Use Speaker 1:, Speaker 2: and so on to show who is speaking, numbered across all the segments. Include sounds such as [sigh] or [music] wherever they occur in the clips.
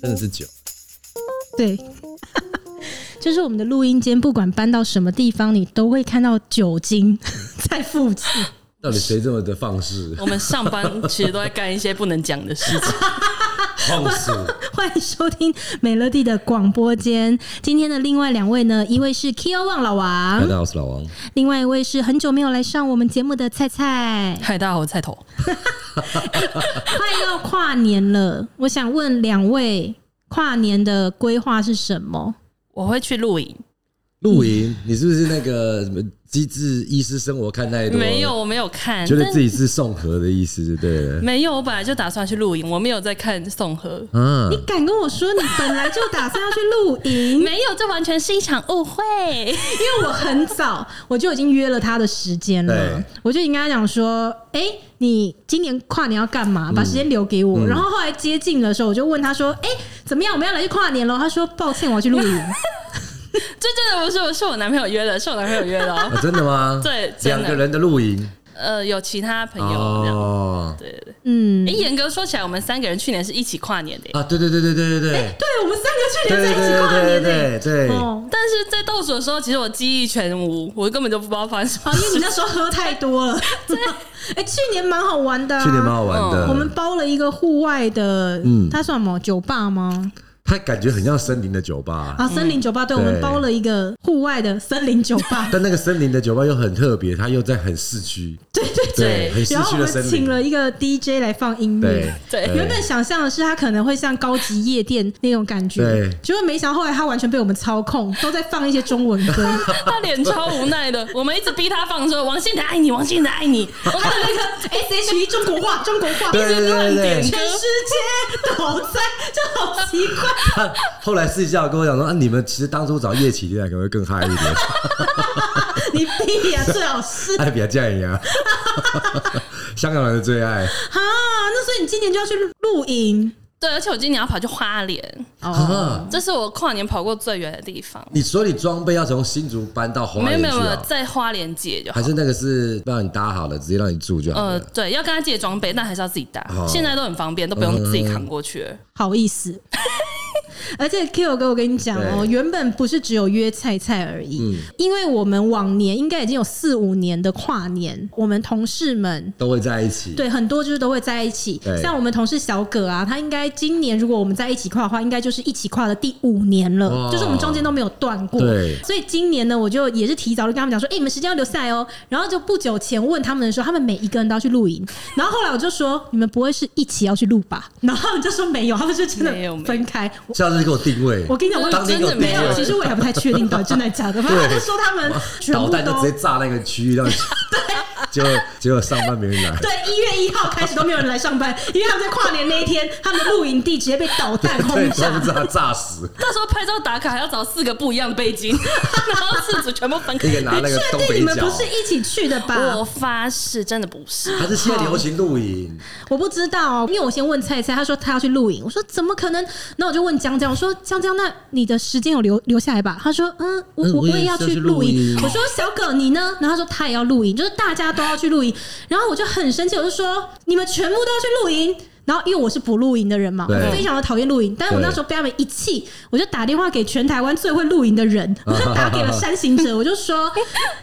Speaker 1: 真的是酒。
Speaker 2: 对， [laughs] 就是我们的录音间，不管搬到什么地方，你都会看到酒精 [laughs] 在附近。
Speaker 1: 到底谁这么的放肆？
Speaker 3: [laughs] 我们上班其实都在干一些不能讲的事情。
Speaker 1: 放肆！
Speaker 2: 欢迎收听美乐蒂的广播间。今天的另外两位呢，一位是 Kio 望
Speaker 1: 大
Speaker 2: 老王，
Speaker 1: 家好，我是老王。
Speaker 2: 另外一位是很久没有来上我们节目的菜菜。
Speaker 3: [laughs] 嗨，大家好，我是菜头。
Speaker 2: 快要跨年了，我想问两位，跨年的规划是什么？
Speaker 3: 我会去露营，
Speaker 1: 露营，你是不是那个什么机智医师生活看太多？
Speaker 3: 没有，，我没有看，
Speaker 1: 觉得
Speaker 3: 但
Speaker 1: 自己是宋和的意思，就对了。
Speaker 3: 没有，我本来就打算去露营，我没有在看宋和。
Speaker 1: 啊，
Speaker 2: 你敢跟我说你本来就打算要去露营？
Speaker 3: [laughs] 没有，这完全是一场误会。
Speaker 2: 因为我很早我就已经约了他的时间了
Speaker 1: 对，
Speaker 2: 我就已经跟他讲说，哎、你今年跨年要干嘛？
Speaker 1: 嗯
Speaker 2: 把时间留给我。然后后来接近的时候，我就问他说，哎、怎么样？我们要来去跨年了？他说，抱歉，我要去露营。
Speaker 3: [laughs] 这真的不是我，是我男朋友约的，是我男朋友约的、 [laughs] 哦。
Speaker 1: 啊真的吗？
Speaker 3: 对真的
Speaker 1: 两个人的露营。
Speaker 3: 呃，有其他朋友这样。
Speaker 1: 哦，
Speaker 3: 对对对，
Speaker 1: [laughs]
Speaker 2: 嗯，
Speaker 3: 哎、严格说起来，我们三个人去年是一起跨年的耶，
Speaker 1: 啊，对对对对对对对。
Speaker 2: [laughs] 对我们三个去
Speaker 1: 对对
Speaker 2: 年在一起
Speaker 1: 对
Speaker 2: 跨
Speaker 1: 对
Speaker 2: 年呢、
Speaker 1: 对对对，
Speaker 2: 哦，
Speaker 3: 但是在倒数的时候，其实我记忆全无，我根本就不知道发生什么 [laughs]
Speaker 2: 好，因为
Speaker 3: 事
Speaker 2: 你。那时候喝太多了。对， [laughs] 哎，去年蛮好玩的、啊，
Speaker 1: 去年蛮好玩的。
Speaker 2: 我们包了一个户外的，嗯
Speaker 1: 嗯，
Speaker 2: 它算什么酒吧吗？
Speaker 1: 它感觉很像森林的酒吧，
Speaker 2: 啊，森林酒吧，对，我们
Speaker 1: 嗯对
Speaker 2: 包了一个户外的森林酒吧。
Speaker 1: 但那个森林的酒吧又很特别，它又在很市区，对对
Speaker 3: 对
Speaker 1: 很市
Speaker 2: 然后
Speaker 1: 区
Speaker 2: 我
Speaker 1: 的
Speaker 2: 们
Speaker 1: 森
Speaker 2: 请
Speaker 1: 林。
Speaker 2: 了一个 DJ 来放音
Speaker 1: 对
Speaker 2: 乐。
Speaker 3: 对
Speaker 2: [laughs] 原本想象的是他可能会像高级夜店那种感觉
Speaker 1: 对，
Speaker 2: 结果没想到后来他完全被我们操控，都在放一些中文
Speaker 1: [laughs]
Speaker 2: 歌。
Speaker 3: 他脸超无奈的，我们一直逼他放说王信达爱你，王信达爱你，
Speaker 2: 我看了那个 SHE E，中国话，中国话，
Speaker 1: 对对对对对，
Speaker 2: 全世界都在，就好奇怪。
Speaker 1: 他后来私底下有跟我讲说，啊，你们其实当初找叶启进来可能会更嗨一点，
Speaker 2: 你屁呀、最好是
Speaker 1: 爱比较这样啊，香港人的最爱
Speaker 2: 哈，那所以你今年就要去露营
Speaker 3: 对，而且我今年要跑去花莲，
Speaker 2: 哦。
Speaker 1: 啊。
Speaker 3: 这是我跨年跑过最远的地方。
Speaker 1: 你说你装备要从新竹搬到花
Speaker 3: 没有
Speaker 1: 莲去
Speaker 3: 没有没有，
Speaker 1: 啊？
Speaker 3: 在花莲借就好
Speaker 1: 还。是那个是让你搭好了，直接让你住就好
Speaker 3: 呃，
Speaker 1: 了。
Speaker 3: 对，要跟他借装备，但还是要自己带。
Speaker 1: 哦嗯
Speaker 3: 现在都很方便，都不用自己扛过去了。
Speaker 2: 好意思。 [laughs] 而且 Q 哥，我跟你讲哦，
Speaker 1: 对
Speaker 2: 原本不是只有约菜菜而已，因为我们往年应该已经有四五年的跨年，我们同事们。
Speaker 1: 都会在一起。
Speaker 2: 对，很多就是都会在一起，
Speaker 1: 对
Speaker 2: 像我们同事小葛啊，他应该今年如果我们在一起跨的话，应该就是一起跨的第五年了，
Speaker 1: 哇
Speaker 2: 就是我们中间都没有断过。
Speaker 1: 对
Speaker 2: 所以今年呢，我就也是提早就跟他们讲说，哎、你们时间要留下来哦。然后就不久前问他们的时候，他们每一个人都要去露营。然后后来我就说，你们不会是一起要去露吧？然后他们就说没有，他们就真
Speaker 3: 没有
Speaker 2: 的
Speaker 3: 没有
Speaker 2: 分开。我
Speaker 1: 下次就给我定位，
Speaker 2: 我跟你讲，我
Speaker 3: 当
Speaker 2: 真
Speaker 3: 天
Speaker 2: 的
Speaker 3: 有
Speaker 2: 没
Speaker 3: 没
Speaker 2: 有，
Speaker 3: 有
Speaker 2: 其实我也还不太确定到底真的假的。反正他就说他们全
Speaker 1: 导
Speaker 2: 部
Speaker 1: 弹就
Speaker 2: 都
Speaker 1: 直接炸那个区域，让你结果结果上班没人来，
Speaker 2: 对，一月一号开始都没有人来上班，因为他们在跨年那一天，他们的露营地直接被导弹
Speaker 1: 对，
Speaker 2: 轰
Speaker 1: 他们 [laughs]
Speaker 2: 炸。
Speaker 1: 炸炸死，
Speaker 3: 到时候拍照打卡还要找四个不一样的背景， [laughs] 然后四组全部分开
Speaker 1: 一。个拿那个东
Speaker 2: 确定你
Speaker 1: 北
Speaker 2: 们
Speaker 1: 角
Speaker 2: 不，是一起去的吧？
Speaker 3: 我
Speaker 2: 我
Speaker 3: 发誓，真的不是。哦
Speaker 1: 还是现在流行露营，
Speaker 2: 不知道、哦，因为我先问菜菜，他说他要去露营，我说怎么可能？那我就问江江，我说江江，那你的时间有留留下来吧？他说嗯，我
Speaker 1: 嗯
Speaker 2: 我
Speaker 1: 我也
Speaker 2: 也要
Speaker 1: 是要
Speaker 2: 去
Speaker 1: 去
Speaker 2: 露
Speaker 1: 露
Speaker 2: 营
Speaker 1: 营。
Speaker 2: 我说小葛你呢？然后他说他也要露营，就是嗯大家都要去露营。然后我就很生气，我就说你们全部都要去露营。然后因为我是不露营的人嘛，我
Speaker 1: 对
Speaker 2: 非常的讨厌露营，但是我那时候被他们一气，我就打电话给全台湾最会露营的
Speaker 1: [laughs]
Speaker 2: 人，我就打给了山行者，我就说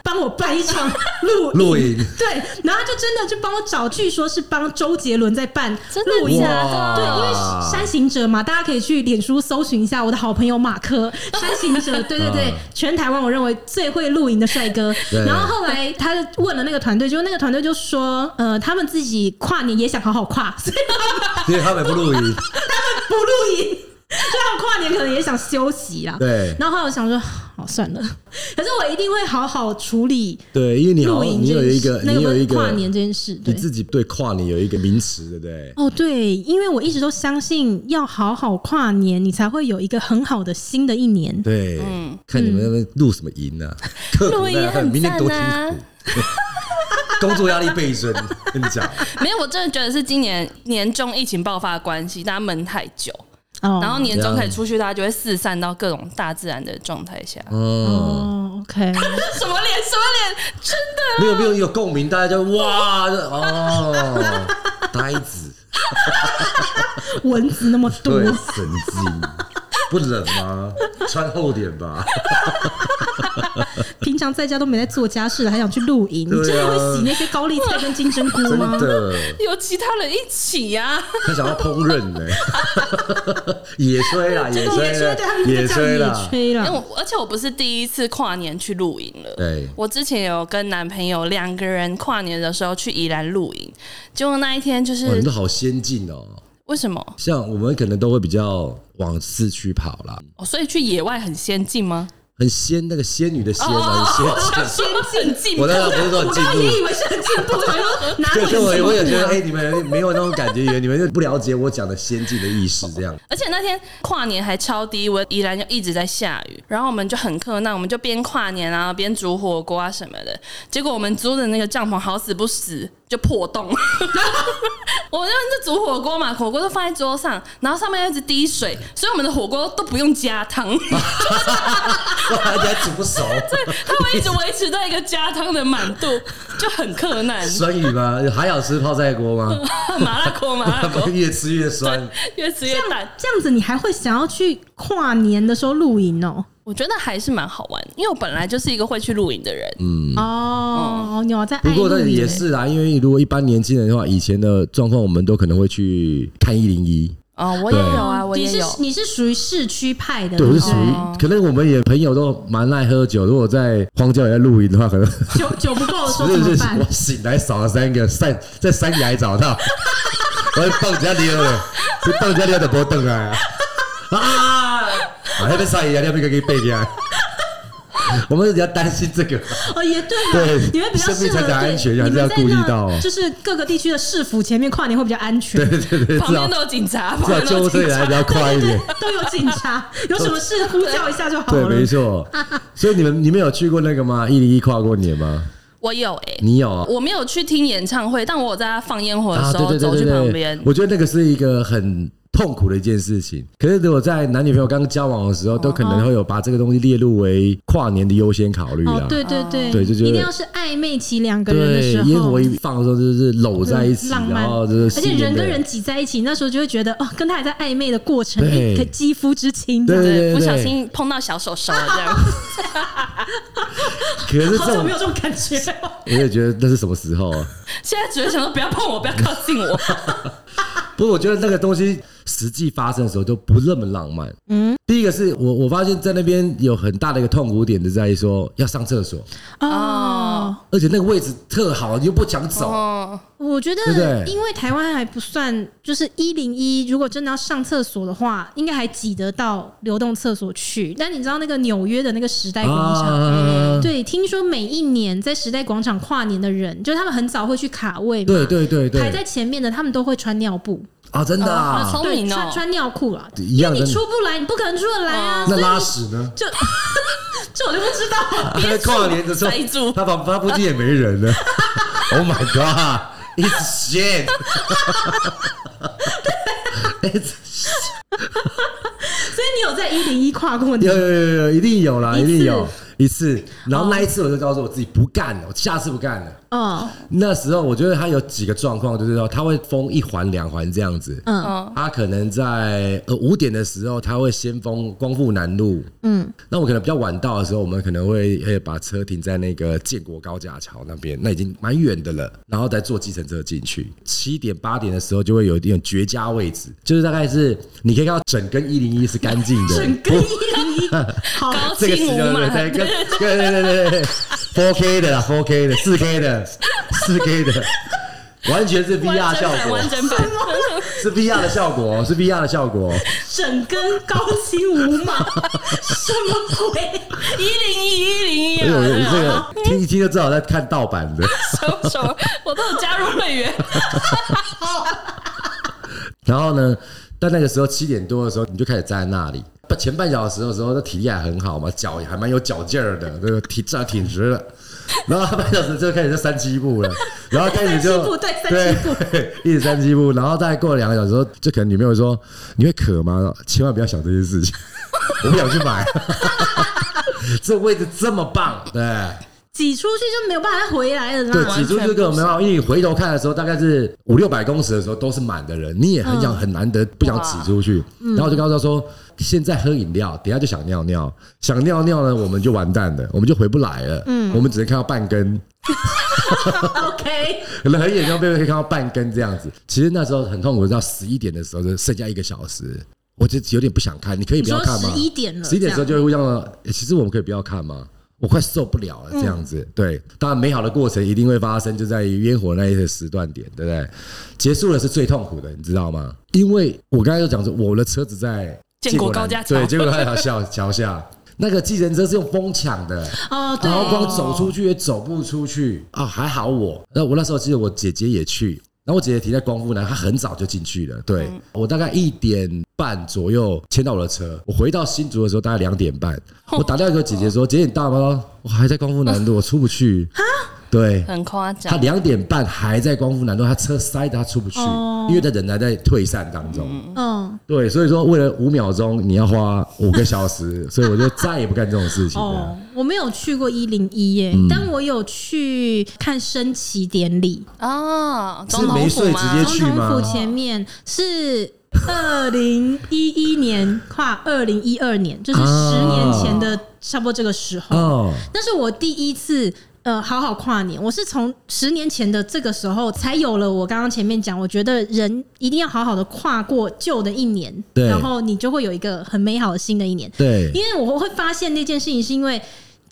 Speaker 2: 帮我办一场露
Speaker 1: 露营
Speaker 2: 对，然后他就真的就帮我找，据说是帮周杰伦在办
Speaker 3: 真
Speaker 2: 露
Speaker 3: 的
Speaker 2: 营。
Speaker 3: 假的？
Speaker 1: 哇
Speaker 2: 对，因为山行者嘛，大家可以去脸书搜寻一下我的好朋友马克，山行
Speaker 1: [laughs]
Speaker 2: 者，对对对
Speaker 1: 啊，
Speaker 2: 全台湾我认为最会露营的帅哥。
Speaker 1: 对
Speaker 2: 然后后来他就问了那个团队，就那个团队就说，呃，他们自己跨年也想好好跨， [laughs] 所以
Speaker 1: 因为他们不露营，
Speaker 2: [laughs] 不露营。就他们跨年可能也想休息啦，
Speaker 1: 对
Speaker 2: 然后后来我想说，好算了，可是我一定会好好处理
Speaker 1: 对，因为你好
Speaker 2: 露
Speaker 1: 像
Speaker 2: 营
Speaker 1: 你
Speaker 2: 这
Speaker 1: 有
Speaker 2: 件
Speaker 1: 一
Speaker 2: 事
Speaker 1: 个，
Speaker 2: 那
Speaker 1: 你有一个
Speaker 2: 跨年这件事，
Speaker 1: 你
Speaker 2: 对。
Speaker 1: 自己对跨年有一个名词，对不对？
Speaker 2: 哦，对，因为我一直都相信要好好跨年，你才会有一个很好的新的一年。
Speaker 1: 对，看你们那边露什么啊营呢？
Speaker 2: 嗯
Speaker 1: [laughs] 刻苦
Speaker 3: 露营
Speaker 1: 耐
Speaker 3: 很
Speaker 1: 恨，明天多辛
Speaker 3: 赞啊
Speaker 1: 苦， [laughs] 工作压力倍增，跟你
Speaker 2: [laughs]
Speaker 1: 讲，
Speaker 3: 没有，我真的觉得是今年年中疫情爆发的关系，大家闷太久，
Speaker 2: 哦，
Speaker 3: 然后年终开始出去，大家就会四散到各种大自然的状态
Speaker 1: [laughs]
Speaker 3: 下。
Speaker 1: 嗯。
Speaker 2: 哦，OK， [laughs]
Speaker 3: 什么脸？什么脸？真的？
Speaker 1: 没有没有有共鸣，大家就哇哦，呆子，
Speaker 2: 蚊子那么多
Speaker 1: 对，，神经，不冷吗？穿厚点
Speaker 2: [laughs]
Speaker 1: 吧。
Speaker 2: 平常在家都没在做家事的，还想去露营？你
Speaker 1: 对啊
Speaker 2: 真的会洗那些高丽菜跟金针菇
Speaker 1: [laughs] 真
Speaker 2: 吗？
Speaker 1: 的，
Speaker 3: 有其他人一起呀、
Speaker 1: 他想要烹饪呢、 [laughs] 野炊啦，野
Speaker 2: [laughs] 这个
Speaker 1: 炊
Speaker 2: 也吹，对，他
Speaker 1: 啦，
Speaker 2: 们
Speaker 1: 野
Speaker 2: 就叫
Speaker 1: 炊
Speaker 2: 野
Speaker 1: 啦，
Speaker 2: 炊
Speaker 3: 因为
Speaker 2: 了。
Speaker 3: 我而且我不是第一次跨年去露营了。
Speaker 1: 对
Speaker 3: 我之前有跟男朋友两个人跨年的时候去宜兰露营，结果那一天就
Speaker 1: 哇，你
Speaker 3: 是
Speaker 1: 们好先进哦。
Speaker 3: 为什么？
Speaker 1: 像我们可能都会比较往市区跑啦，
Speaker 3: 哦所以去野外很先进吗？哦
Speaker 1: 很仙那个仙女的仙啊，
Speaker 2: 哦
Speaker 1: 很仙 [laughs]
Speaker 3: 先进进
Speaker 1: 进。我那个不是说
Speaker 2: 我
Speaker 1: 很
Speaker 2: 刚
Speaker 1: 进
Speaker 2: 刚
Speaker 1: 步
Speaker 2: 也以为是很进步，我说哪
Speaker 1: 可 [laughs]
Speaker 2: 里
Speaker 1: 是我
Speaker 2: 有
Speaker 1: 我也觉得，
Speaker 2: 进步啊
Speaker 1: 哎、你们有点没有那种感觉，以为你们就不了解我讲的先进的意识，这样 [laughs]
Speaker 3: 而且那天跨年还超低温，依然就一直在下雨，然后我们就很困难，我们就边跨年啊边煮火锅啊什么的。结果我们租的那个帐篷好死不死就破洞， [laughs] 我们就煮火锅嘛，火锅都放在桌上，然后上面又一直滴水，所以我们的火锅都不用加汤， [laughs]
Speaker 1: 我还在煮熟，
Speaker 3: 它会一直维持在一个加汤的满度，就很困难。
Speaker 1: 酸雨吗？还好吃泡菜锅
Speaker 2: [laughs]
Speaker 1: 吗？，
Speaker 3: 麻辣锅，麻辣锅
Speaker 1: 越吃越酸，
Speaker 3: 越吃越淡。
Speaker 2: 这样子你还会想要去跨年的时候露营哦？
Speaker 3: 我觉得还是蛮好玩，因为我本来就是一个会去露营的人。嗯
Speaker 2: 哦，你有在爱
Speaker 1: 嗯不过
Speaker 2: 露
Speaker 1: 那
Speaker 2: 营
Speaker 1: 也是啦，因为如果一般年轻人的话，以前的状况我们都可能会去看一零一。
Speaker 3: 哦，我也有啊，我
Speaker 2: 你
Speaker 3: 也
Speaker 2: 是
Speaker 3: 有。
Speaker 2: 你是属于市区派的，
Speaker 1: 对，我是属
Speaker 2: 哦
Speaker 1: 于可能我们也朋友都蛮爱喝酒，如果在荒郊野外露营的话，可能
Speaker 2: 酒酒不够
Speaker 1: [laughs]
Speaker 2: 的时候
Speaker 1: 是不
Speaker 2: 怎么
Speaker 1: 是
Speaker 2: 办
Speaker 1: 我？醒来少了三个，山在山崖找到， [laughs] 我在放家里了，是放家里的波凳啊 [laughs] 啊！啊，那边上野，那边可以背起来。 [laughs] 我们是比较担心这个， [laughs]
Speaker 2: 哦，也对啊，
Speaker 1: 对
Speaker 2: 你们比较适
Speaker 1: 生命
Speaker 2: 合
Speaker 1: 财产安全
Speaker 2: 对
Speaker 1: 还是要顾
Speaker 2: 你
Speaker 1: 虑
Speaker 2: 们在
Speaker 1: 到
Speaker 2: 那
Speaker 1: 哦
Speaker 2: 就是各个地区的市府前面跨年会比较安全，
Speaker 1: 对对对，
Speaker 3: 旁
Speaker 1: 至少
Speaker 3: 边都有警察，旁
Speaker 1: 至少
Speaker 3: 边
Speaker 1: 救
Speaker 3: 都有
Speaker 1: 护车
Speaker 3: 警
Speaker 1: 也
Speaker 3: 察
Speaker 1: 来比。较快一点。
Speaker 2: [laughs] 都有警
Speaker 1: [laughs]
Speaker 2: 察，有什么事呼叫一下就好
Speaker 1: 对，
Speaker 2: 了。
Speaker 1: 没错。 [laughs] 所以你们你们有去过那个吗？一零一跨过年吗？
Speaker 3: 我有哎、
Speaker 1: 你有啊？
Speaker 3: 我没有去听演唱会，但我有在他放烟火的
Speaker 1: 啊
Speaker 3: 时候走去旁边。
Speaker 1: 我觉得那个是一个很痛苦的一件事情。可是如果在男女朋友刚交往的时
Speaker 2: 哦
Speaker 1: 候，都可能会有把这个东西列入为跨年的优先考虑
Speaker 2: 哦
Speaker 1: 啦，。
Speaker 2: 对对对，
Speaker 1: 啊对就觉得
Speaker 2: 一定要是暧昧期两个人的
Speaker 1: 对
Speaker 2: 时，
Speaker 1: 烟火
Speaker 2: 候。嗯
Speaker 1: 一放的时候就是搂在一起，
Speaker 2: 浪漫
Speaker 1: 然后就是
Speaker 2: 而且人跟人
Speaker 1: 吸
Speaker 2: 挤在一起，那时候就会觉得哦，跟他还在暧昧的过程，
Speaker 1: 对
Speaker 2: 哎可肌肤之亲，
Speaker 1: 对对对
Speaker 3: 不小心碰到小手手了这
Speaker 1: [laughs]
Speaker 3: 样，
Speaker 1: 引人的。可是
Speaker 2: 好
Speaker 1: 这
Speaker 2: 久
Speaker 1: 种
Speaker 2: 没有这种感觉哦。
Speaker 1: 我也觉得那是什么时候啊？
Speaker 3: 现在只会想说不要碰我，不要靠近我。
Speaker 1: 不过我觉得那个东西实际发生的时候都不那么浪漫。嗯，第一个是我我发现在那边有很大的一个痛苦点，就在于说要上厕所，
Speaker 2: 哦，
Speaker 1: 而且那个位置特好，你又不想走。
Speaker 3: [laughs] 哦，
Speaker 2: 我觉
Speaker 1: 对不
Speaker 2: 得，
Speaker 1: 对
Speaker 2: 因为台湾还不算，就是一零一，如果真的要上厕所的话，应该还挤得到流动厕所去。但你知道那个纽约的那个时代广场，
Speaker 1: 啊，
Speaker 2: 对，听说每一年在时代广场跨年的人，就是他们很早会去卡位嘛，
Speaker 1: 对对对
Speaker 2: 排
Speaker 1: 对，
Speaker 2: 在呃前面的他们都会穿尿布，
Speaker 1: 啊，真的
Speaker 3: 哦
Speaker 1: 啊
Speaker 3: 好，聪
Speaker 2: 对，
Speaker 3: 明
Speaker 2: 穿
Speaker 3: 哦，
Speaker 2: 穿尿裤啦。
Speaker 1: 一样
Speaker 2: 你
Speaker 1: 的。
Speaker 2: 出不来，你不可能出得来啊！
Speaker 1: 那
Speaker 2: 所以
Speaker 1: 拉屎呢？
Speaker 2: 就这我就不知
Speaker 1: [laughs]
Speaker 2: 道了。
Speaker 1: 在跨年的时
Speaker 3: 塞
Speaker 1: 候，
Speaker 3: 住
Speaker 1: 他旁他附近也没人
Speaker 2: [laughs]
Speaker 1: 了。oh my god! It's shit. [laughs] 哎
Speaker 2: 所以你有在一零一跨过
Speaker 1: 有
Speaker 2: 年？
Speaker 1: 有有有，一定有啦，
Speaker 2: 一
Speaker 1: 一
Speaker 2: 次
Speaker 1: 定有一次。然后那一次我就告诉我自己不干了，我下次不干了。
Speaker 2: 哦，
Speaker 1: 那时候我觉得他有几个状况，就是说他会封一环两环这样子。
Speaker 2: 嗯
Speaker 3: 嗯，
Speaker 1: 他可能在呃五点的时候，他会先封光复南路。
Speaker 2: 嗯，
Speaker 1: 那我可能比较晚到的时候，我们可能会会把车停在那个建国高架桥那边，那已经蛮远的了，然后再坐计程车进去。七点八点的时候就会有一点绝佳位置，就是大概是你可以看到整根一零一是干净的，
Speaker 2: 整个一零
Speaker 1: [laughs]
Speaker 2: 一，好，
Speaker 3: 高
Speaker 1: 这个是
Speaker 3: 清无码，
Speaker 1: 对对对对对对，Four K 的啦，Four K 的，四 K 的，四 K 的，完全是
Speaker 3: 完
Speaker 1: VR
Speaker 3: 整
Speaker 1: 效
Speaker 3: 版，
Speaker 1: 果，
Speaker 3: 完整版。
Speaker 1: 是 VR 的效果，是 VR 的效果。
Speaker 2: 整根高清无
Speaker 1: [laughs]
Speaker 2: 码，什么鬼？
Speaker 3: 一零一一零一
Speaker 1: 哎呦，
Speaker 3: 啊
Speaker 1: 你
Speaker 3: 对
Speaker 1: 这
Speaker 3: 啊，
Speaker 1: 个听一听就知道我在看盗版的。
Speaker 3: 手手我都有加入
Speaker 1: [laughs]
Speaker 3: 会员，
Speaker 1: 然后呢，但那个时候七点多的时候，你就开始站在那里。前半小时的时候，那体力还很好嘛，脚也还蛮有脚劲儿的，那个挺站挺直了。然后半小时之后开始就三七步
Speaker 2: [laughs]
Speaker 1: 了，然后开始就
Speaker 2: 三七步对三七步
Speaker 1: 对， [laughs] 一直三七步。然后大概过了两个小时之后，就可能女朋友说：“你会渴吗？”千万不要想这件 [laughs] 事情，我不想去买。这位置这么棒，对，
Speaker 2: 挤出去就没有办法再回来了
Speaker 1: 对，
Speaker 2: 啦。
Speaker 1: 挤出去个没有，因为你回头看的时候，大概是五六百公尺的时候都是满的人，你也很想很难得不想挤出去，然后我就告诉他说，现在喝饮料，等一下就想尿尿，想尿尿呢，我们就完蛋了，我们就回不来了，我们只能看到半根，
Speaker 2: OK，
Speaker 1: 可能很远就被可以看到半根这样子。其实那时候很痛苦，到十一点的时候就剩下一个小时，我就有点不想看，你可以
Speaker 2: 你
Speaker 1: 不要
Speaker 2: 说
Speaker 1: 看
Speaker 2: 十
Speaker 1: 吗？
Speaker 2: 一点了，
Speaker 1: 十一点的时候
Speaker 2: 这
Speaker 1: 就会
Speaker 2: 样
Speaker 1: 互相说、欸其实我们可以不要看吗？我快受不了
Speaker 3: 嗯
Speaker 1: 了，这样子。对，当然美好的过程一定会发生，就在于烟火那一个时段点，对不对？结束了是最痛苦的，你知道吗？因为我刚才就讲说，我的车子在
Speaker 3: 建国高架桥
Speaker 1: 对，建国高架桥桥下，那个计程车是用风抢的。
Speaker 2: 哦，对
Speaker 1: 然，后光走出去也走不出去啊、还好我，那我那时候记得我姐姐也去，然后我姐姐停在光复南，她很早就进去了。对、我大概一点半左右牵到我的车，我回到新竹的时候大概两点半，我打电话给我姐姐说：“姐姐你到吗？我还在光复南路，我出不去。”对。
Speaker 3: 很夸张
Speaker 1: 她。两点半还在光复南路，她车塞的，她出不去，
Speaker 2: 哦
Speaker 1: 因为她人还在退散当中。
Speaker 2: 嗯，
Speaker 1: 对，所以说为了五秒钟，你要花五个小时，所以我就再也不干这种事情了
Speaker 2: 哦。，我没有去过一零一耶，
Speaker 1: 嗯
Speaker 2: 但我有去看升旗典礼，
Speaker 3: 哦，总
Speaker 1: 是没
Speaker 3: 统府
Speaker 1: 睡直接
Speaker 3: 吗？
Speaker 2: 总
Speaker 1: 去
Speaker 2: 统
Speaker 1: 吗
Speaker 2: 府前面是二零一一年跨二零一二年，
Speaker 1: 啊
Speaker 2: 就是十年前的差不多这个时候。
Speaker 1: 哦，
Speaker 2: 那是我第一次。呃，好好跨年，我是从十年前的这个时候才有了。我刚刚前面讲，我觉得人一定要好好的跨过旧的一年，
Speaker 1: 对
Speaker 2: 然后你就会有一个很美好的新的一年。
Speaker 1: 对，
Speaker 2: 因为我会发现那件事情，是因为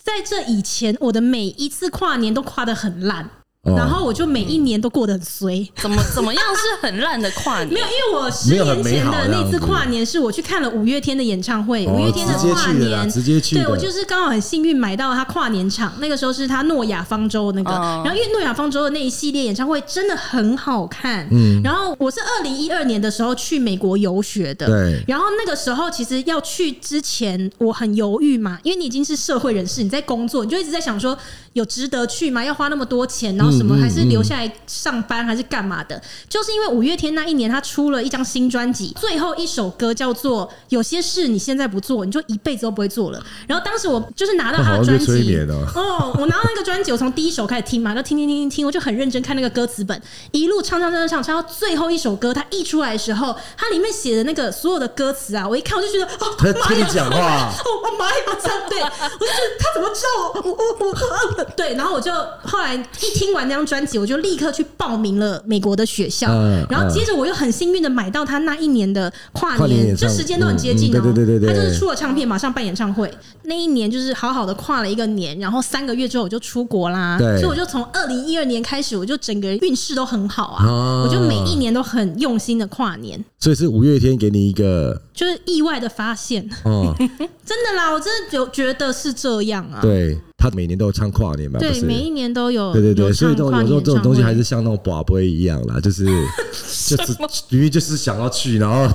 Speaker 2: 在这以前，我的每一次跨年都跨得很烂，
Speaker 1: 哦
Speaker 2: 然后我就每一年都过得很衰。
Speaker 3: 怎么怎么样是很烂的跨
Speaker 2: 没
Speaker 1: [laughs] 嗯
Speaker 2: 有，？
Speaker 3: 年
Speaker 2: 因为我十
Speaker 1: 没有很
Speaker 2: 年
Speaker 1: 美
Speaker 2: 前
Speaker 1: 好
Speaker 2: 的
Speaker 1: 这样
Speaker 2: 那
Speaker 1: 子
Speaker 2: 次跨年是我去看了五月天的演唱会，
Speaker 1: 哦
Speaker 2: 五月天的
Speaker 1: 直接
Speaker 2: 跨
Speaker 1: 去的啦
Speaker 2: 年，
Speaker 1: 直接去的
Speaker 2: 对我就是刚好很幸运买到他跨年场，那个时候是他诺亚方舟那个，
Speaker 3: 哦
Speaker 2: 然后因为诺亚方舟的那一系列演唱会真的很好看，嗯，然后我是二零一二年的时候去美国游学的，
Speaker 1: 对
Speaker 2: 然后那个时候其实要去之前我很犹豫嘛，因为你已经是社会人士，你在工作，你就一直在想说有值得去吗？要花那么多钱，然后什么
Speaker 1: 嗯
Speaker 2: 还是留下来上班还是干嘛的？就是因为五月天那一年他出了一张新专辑，最后一首歌叫做《有些事你现在不做，你就一辈子都不会
Speaker 1: [laughs]
Speaker 2: 做了》。然后当时我就是拿到他的专
Speaker 1: 好像被催
Speaker 2: 辑
Speaker 1: 眠哦，
Speaker 2: 哦，我拿到那个专辑，我从第一首开始听嘛，就听听听听听，我就很认真看那个歌词本，一路唱唱唱唱唱，唱到最后一首歌，它一出来的时候，它里面写的那个所有的歌词啊，我一看我就觉得，哦，
Speaker 1: 他
Speaker 2: 妈
Speaker 1: 听你
Speaker 2: 呀！
Speaker 1: 讲
Speaker 2: [laughs]
Speaker 1: 话，
Speaker 2: 哦，我妈呀！这样对，我就觉得他怎么知道我我我我我对，然后我就后来一听完那张专辑，我就立刻去报名了美国的学校，
Speaker 1: 嗯
Speaker 2: 然后接着我又很幸运的买到他那一年的跨
Speaker 1: 跨年
Speaker 2: 年，
Speaker 1: 演唱
Speaker 2: 就时间都很接近
Speaker 1: 嗯
Speaker 2: 哦，
Speaker 1: 嗯对对对对对
Speaker 2: 他就是出了唱片，马上办演唱会，那一年就是好好的跨了一个年，然后三个月之后我就出国啦，
Speaker 1: 对
Speaker 2: 所以我就从二零一二年开始，我就整个运势都很好啊，
Speaker 1: 哦
Speaker 2: 我就每一年都很用心的跨年，
Speaker 1: 所以是五月天给你一个
Speaker 2: 就是意外的发现。
Speaker 1: 哦，
Speaker 2: 真的啦，我真的有觉得是这样 [laughs] 啊。
Speaker 1: 对他每年都有唱跨年嘛，不
Speaker 2: 对，
Speaker 1: 是？
Speaker 2: 每一年都有。
Speaker 1: 对对对，
Speaker 2: 有
Speaker 1: 所以
Speaker 2: 唱
Speaker 1: 这种
Speaker 2: 跨
Speaker 1: 有时
Speaker 2: 年
Speaker 1: 候这种东西
Speaker 2: 演唱会
Speaker 1: 还是像那种寡杯一样啦，就是
Speaker 2: [laughs]
Speaker 1: [laughs] 就是明明就是想要去，然后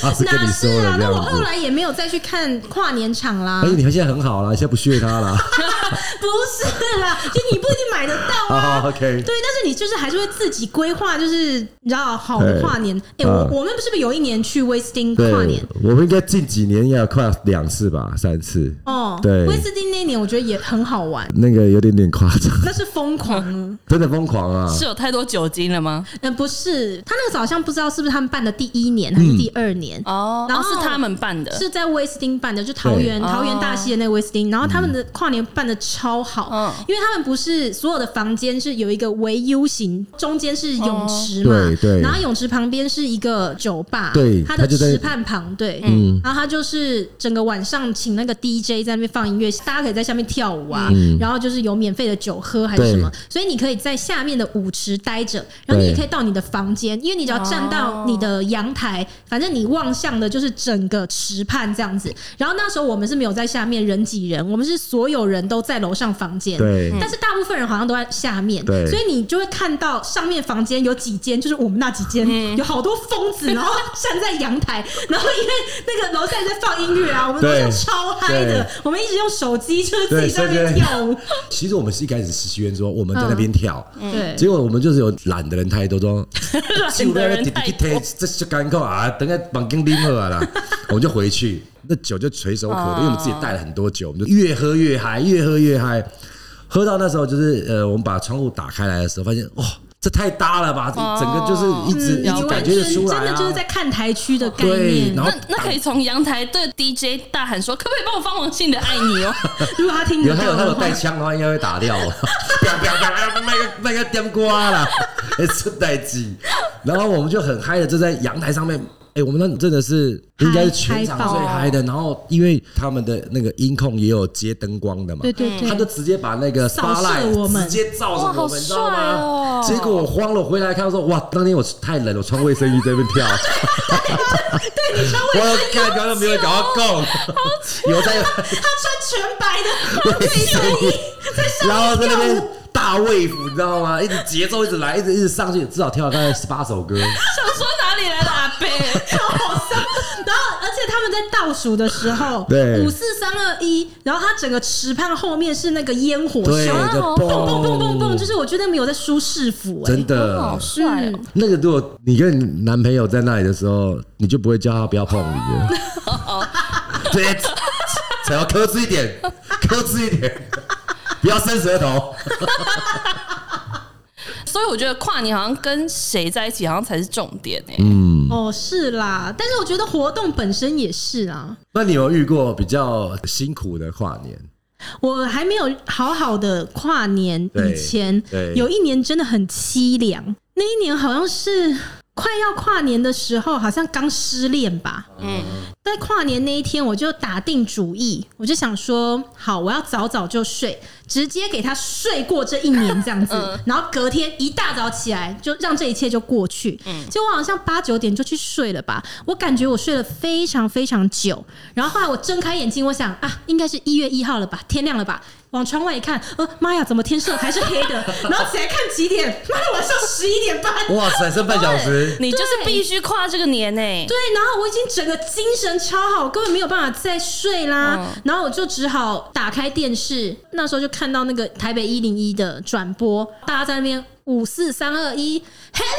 Speaker 1: 他是跟
Speaker 2: 哪
Speaker 1: 你
Speaker 2: 是
Speaker 1: 说
Speaker 2: 啊
Speaker 1: 了？这
Speaker 2: 那我
Speaker 1: 样
Speaker 2: 后
Speaker 1: 子。
Speaker 2: 来也没有再去看跨年场啦
Speaker 1: [laughs] 而，且你现在很好啦，现在不屑他
Speaker 2: [laughs]
Speaker 1: 啦。 [laughs]
Speaker 2: 不是啦，就你不一定买得到啊。
Speaker 1: 好 OK，
Speaker 2: 对，但是你就是还是会自己规划，就是你知道好的跨年。哎、
Speaker 1: 嗯
Speaker 2: 我我们是不是有一年去威斯汀跨
Speaker 1: 对
Speaker 2: 年？，
Speaker 1: 我们应该近几年要跨两次吧，三次，
Speaker 2: 哦，
Speaker 1: 对
Speaker 2: 威斯汀那一年我觉得也很好玩，
Speaker 1: 那个有点点夸张，
Speaker 2: 那是疯狂
Speaker 1: [laughs]
Speaker 2: 啊。
Speaker 1: 真的疯狂啊！
Speaker 3: 是有太多酒精了吗？
Speaker 2: 嗯、不是，他那个时候好像不知道是不是他们办的第一年
Speaker 1: 嗯
Speaker 2: 还是第二年，
Speaker 3: 哦，
Speaker 2: 然
Speaker 3: 然
Speaker 2: 后
Speaker 3: 后是他们办的，
Speaker 2: 是在威斯汀办的，就桃园
Speaker 3: 对
Speaker 2: 桃园
Speaker 3: 哦
Speaker 2: 大溪的那个威斯汀，然后他们
Speaker 1: 嗯
Speaker 2: 的跨年办的超好，
Speaker 3: 嗯
Speaker 2: 因为他们不是所有的房间是有一个为 U 型，中间是泳池嘛，
Speaker 1: 哦对对
Speaker 2: 然后泳池旁边是一个酒吧，
Speaker 1: 对
Speaker 2: 它
Speaker 1: 它
Speaker 2: 的
Speaker 1: 就在嗯
Speaker 2: 池畔旁，对，然后他就是整个晚上请那个 DJ 在那边放音乐，大家可以在下面跳舞啊，
Speaker 1: 嗯
Speaker 2: 然后就是有免费的酒喝还是什么，所以你可以在下面的舞池待着，然后你也
Speaker 1: 对
Speaker 2: 可以到你的房间，因为你只要站到你的阳台，反正你望向的就是整个池畔这样子。然后那时候我们是没有在下面人挤人，我们是所有人都在楼上房间，
Speaker 1: 对
Speaker 2: 但是大部分人好像都在下面，
Speaker 1: 对
Speaker 2: 所以你就会看到上面房间有几间，就是我们那几间、有好多疯子，然后站在阳台， [laughs] 然后因为那个楼下也在放音乐啊，我们都
Speaker 1: 对
Speaker 2: 像超嗨的
Speaker 1: 对，
Speaker 2: 我们一直用手机就是自
Speaker 1: 对
Speaker 2: 己在那边
Speaker 1: 所以就
Speaker 2: 跳舞，
Speaker 1: [laughs] 其实我们是一开始是许愿说我们在那边跳，
Speaker 2: 对。
Speaker 1: 结果我们就是有懒的人太多，
Speaker 2: [laughs]
Speaker 1: 说
Speaker 3: 懒的人太多。
Speaker 1: 这就干扣啊，等下绑跟拎喝
Speaker 2: [laughs]
Speaker 1: 啦，我们就回
Speaker 2: 哦
Speaker 1: 去，那酒就垂手可得，因为我们自己带了很多酒，我们就越喝越嗨，越喝越嗨。喝到那时候就是呃，我们把窗户打开来的时候，发现哇、这太搭了吧，
Speaker 3: 哦
Speaker 1: 整个就是一直、
Speaker 3: 嗯
Speaker 1: 一直
Speaker 2: 你
Speaker 1: 感
Speaker 2: 完
Speaker 1: 觉
Speaker 2: 全
Speaker 1: 得出来、啊，
Speaker 2: 真的就是在看台区的概
Speaker 1: 对，
Speaker 2: 念
Speaker 1: 然。后
Speaker 3: 那那可以从阳台对 DJ 大喊说：“可不可以帮我放王心凌的《爱你》
Speaker 1: [laughs]
Speaker 3: 哦
Speaker 2: 如果他听
Speaker 1: 有
Speaker 2: 得
Speaker 1: 他有
Speaker 2: 到
Speaker 1: 他有
Speaker 2: 的话
Speaker 1: 带，枪的话，应该嗯会打掉啊 [laughs] 我。不要不要不要，那个那个点瓜啦，哎，出代 [laughs] 机。然后我们就很嗨的，就在阳台上面。哎、我们那真的是应该是全场
Speaker 2: 嗨爆
Speaker 1: 最嗨啊的。然后因为他们的那个音控也有接灯光的嘛，
Speaker 2: 对对
Speaker 1: 他
Speaker 2: 对
Speaker 1: 就，直接把那个
Speaker 2: 扫
Speaker 1: spotlight
Speaker 2: 射我们
Speaker 1: 直接照着我
Speaker 3: 哇好
Speaker 1: 们，你知道
Speaker 3: 帅哦
Speaker 1: 吗？结果我慌了，回来看说，哇，当天我太冷了，我穿卫生衣在那边跳。 [laughs] 对，你 [laughs] 穿卫生衣，我看啊刚刚没有搞到够，有在
Speaker 2: 他穿全白的卫生衣在
Speaker 1: [laughs]
Speaker 2: 上
Speaker 1: 然后
Speaker 2: 面
Speaker 1: 在那
Speaker 2: 跳舞
Speaker 1: 边。大卫服，你知道吗？一直节奏一直来，一 [laughs] 直一直上去，至少跳了大概十八首歌。？”
Speaker 3: 想说哪里来的阿贝？
Speaker 2: 超好笑。然后，而且他们在倒数的时候，
Speaker 1: [laughs] 对
Speaker 2: 五四三二一，然后他整个池畔后面是那个烟火
Speaker 1: 对，
Speaker 2: 秀，
Speaker 1: 就
Speaker 3: 哦
Speaker 1: 蹦
Speaker 2: 蹦蹦蹦蹦蹦，就是我觉得没有在舒适服、哎，
Speaker 1: 真的
Speaker 3: 好。帅哦！
Speaker 1: 那个，如果你跟你男朋友在那里的时候，你就不会叫他不要碰你了。
Speaker 2: [laughs]
Speaker 1: 对，才要克制一点，克制一点，不要伸舌头。
Speaker 3: 所以我觉得跨年好像跟谁在一起好像才是重点哎、
Speaker 1: 嗯
Speaker 2: 哦，是啦，但是我觉得活动本身也是啊，
Speaker 1: 那你有遇过比较辛苦的跨年？
Speaker 2: 我还没有好好的跨年
Speaker 1: 对
Speaker 2: 以前
Speaker 1: 对，
Speaker 2: 有一年真的很凄凉。那一年好像是快要跨年的时候，好像刚失恋吧。
Speaker 3: 嗯，
Speaker 2: 在跨年那一天，我就打定主意，我就想说，好，我要早早就睡，直接给他睡过这一年这样子，
Speaker 3: 嗯
Speaker 2: 然后隔天一大早起来，就让这一切就过去。结果我好像八九点就去睡了吧，我感觉我睡了非常非常久。然后后来我睁开眼睛，我想啊，应该是一月一号了吧，天亮了吧。往窗外一看，呃，妈呀，怎么天色还是黑的？ [laughs] 然后起来看几点，妈的，晚上十一点半。
Speaker 1: 哇塞，剩半小时，
Speaker 3: 你就是必须跨这个年哎、
Speaker 2: 对，然后我已经整个精神超好，我根本没有办法再睡啦。
Speaker 3: 嗯
Speaker 2: 然后我就只好打开电视，那时候就看到那个台北一零一的转播，大家在那边五四三二一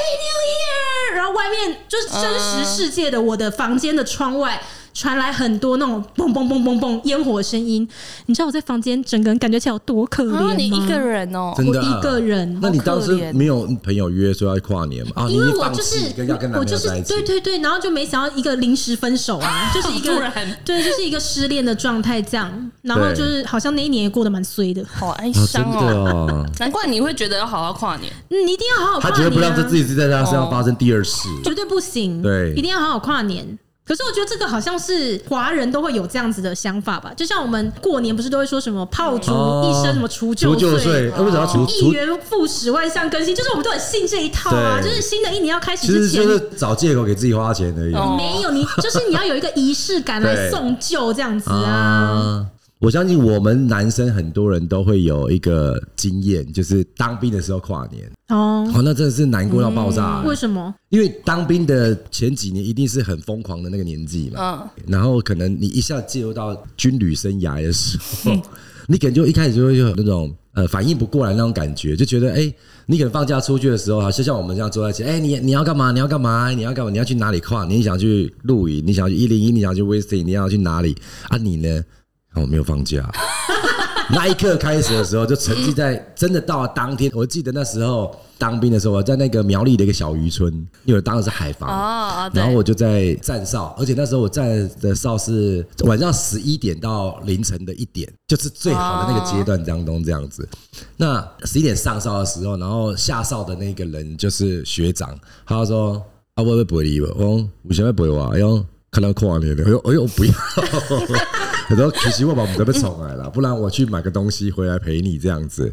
Speaker 2: Happy New Year，然后外面就是真实世界的我的房间的窗外。传来很多那种嘣嘣嘣嘣嘣烟火声音，你知道我在房间整个人感觉起来有多可怜
Speaker 3: 然
Speaker 2: 吗？
Speaker 3: 啊后你一个人哦、
Speaker 1: 真的啊
Speaker 2: 我一个人
Speaker 1: 那你
Speaker 3: 好可
Speaker 1: 当时
Speaker 3: 怜
Speaker 1: 没有朋友约说要跨年吗？啊，你
Speaker 2: 因为
Speaker 1: 一
Speaker 2: 我
Speaker 1: 放
Speaker 2: 就是
Speaker 1: 弃跟要跟男
Speaker 2: 我
Speaker 1: 朋友
Speaker 2: 就是
Speaker 1: 在一起
Speaker 2: 对，对对，然后就没想到一个临时分手
Speaker 1: [laughs]
Speaker 2: 啊，就是一
Speaker 3: 突
Speaker 2: 个
Speaker 3: 然
Speaker 2: 对，就是一个失恋的状态这样，然后就是好像那一年也过得蛮衰的。
Speaker 3: 好哀
Speaker 1: 哦，
Speaker 3: 伤
Speaker 1: 真
Speaker 3: 哦、
Speaker 1: 的哦。
Speaker 3: 难怪你会觉得要好好跨年。
Speaker 2: 嗯，你一定要好好跨
Speaker 1: 他绝
Speaker 2: 年、啊，
Speaker 1: 对不让这自己在他身上发生第二次。
Speaker 2: 绝对不行，
Speaker 1: 对
Speaker 2: 一定要好好跨年。可是我觉得这个好像是华人都会有这样子的想法吧，就像我们过年不是都会说什么炮竹
Speaker 1: 哦
Speaker 2: 一生什么除
Speaker 1: 除
Speaker 2: 旧
Speaker 1: 旧
Speaker 2: 岁哦
Speaker 1: 岁，。呃为什么要除
Speaker 2: 一
Speaker 1: 除？
Speaker 2: 元复始，万象更新，就是我们都很信这一套啊！就
Speaker 1: 对
Speaker 2: 是新的一年要开始
Speaker 1: 其实
Speaker 2: 之前，
Speaker 1: 就是找借口给自己花钱而已。啊
Speaker 3: 哦
Speaker 2: 没有你，就是你要有一个仪式感来
Speaker 1: 对
Speaker 2: 送旧这样子啊。，
Speaker 1: 我相信我们男生很多人都会有一个经验，就是当兵的时候跨年，
Speaker 2: 哦，
Speaker 1: 哦，那真的是难过到爆炸。
Speaker 2: 为什么？
Speaker 1: 因为当兵的前几年一定是很疯狂的那个年纪
Speaker 3: 嗯
Speaker 1: 嘛，然后可能你一下进入到军旅生涯的时候， [laughs] 你可能就一开始就会有那种呃反应不过来那种感觉，就觉得哎、你可能放假出去的时候啊，就像我们这样坐在一起，哎、你你要干嘛？你要干嘛？你要干嘛？你要去哪里跨？你想去露营？你想去一零一？你想去威斯汀？你要去哪里？啊，你呢？啊，我没有放假。 [laughs] 那一刻开始的时候，就沉浸在真的到了当天。我记得那时候当兵的时候，我在那个苗栗的一个小渔村，因为我当的是海
Speaker 3: 哦
Speaker 1: 防，
Speaker 3: 哦，对
Speaker 1: 然后，我就在站哨，而且那时候我站的哨是晚上十一点到凌晨的一点，就是最好的那个
Speaker 3: 哦
Speaker 1: 阶段当中这样子。那十一点上哨的时候，然后下哨的那个人就是学长，他就说：“啊，我要陪你吧，我说为什么要陪我啊？哎呦，看到跨年了，哎呦，哎呦，不要。” [laughs] 他说：“可惜我把我们都被宠来了，不然我去买个东西回来陪你这样子。”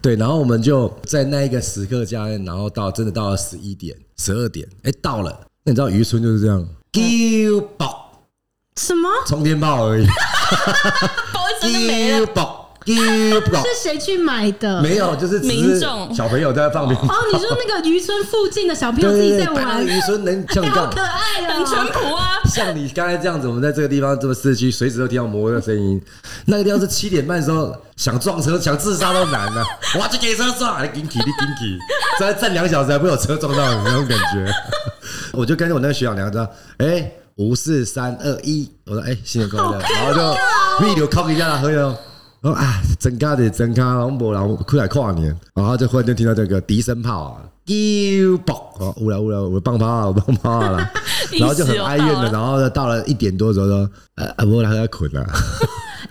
Speaker 1: 对，然后我们就在那一个时刻下，然后到真的到了十一点、十二点，哎，到了。那你知道渔村就是这样，丢爆
Speaker 2: 什么？
Speaker 1: 冲天炮而已，
Speaker 3: 包 [laughs] 真的没了。
Speaker 1: 丢爆丢爆，
Speaker 2: 是谁去买的？
Speaker 1: 没有，就是只
Speaker 3: 民
Speaker 1: 是
Speaker 3: 众
Speaker 1: 小朋友在放鞭炮
Speaker 2: 哦，，你说那个渔村附近的小朋友
Speaker 1: 对
Speaker 2: 自己
Speaker 1: 对对，
Speaker 2: 在
Speaker 1: 摆那
Speaker 2: 玩哎
Speaker 1: 个，渔村能像你这
Speaker 2: 好 [laughs]
Speaker 1: 样
Speaker 2: 可爱
Speaker 3: 很淳
Speaker 2: 哦！
Speaker 3: 朴
Speaker 1: [laughs]
Speaker 3: 啊，
Speaker 1: 像你刚才这样子，我们在这个地方这么市区，随时都听到摩托车声音。那个地方是七点半的时候，想撞车、想自杀都难了、我要去给车撞，你紧起，你紧起，再站两小时还不会有车撞到你那种感觉。 [laughs] 我就跟着我那个学长聊着，哎、五四三二一，我说哎、新年快乐，然后就密流靠一下他喝哟。然后啊，真咖的真咖，然后没人过来跨年，然后就忽然就听到这个笛声炮啊，丢爆啊，乌来乌来，我放炮啊，我放炮啊啦， [laughs] 然后就很哀怨
Speaker 3: 意思有
Speaker 1: 的，
Speaker 3: 到
Speaker 1: 然后到了一点多的时候说，呃，啊，我来要捆
Speaker 2: [laughs]
Speaker 1: 了，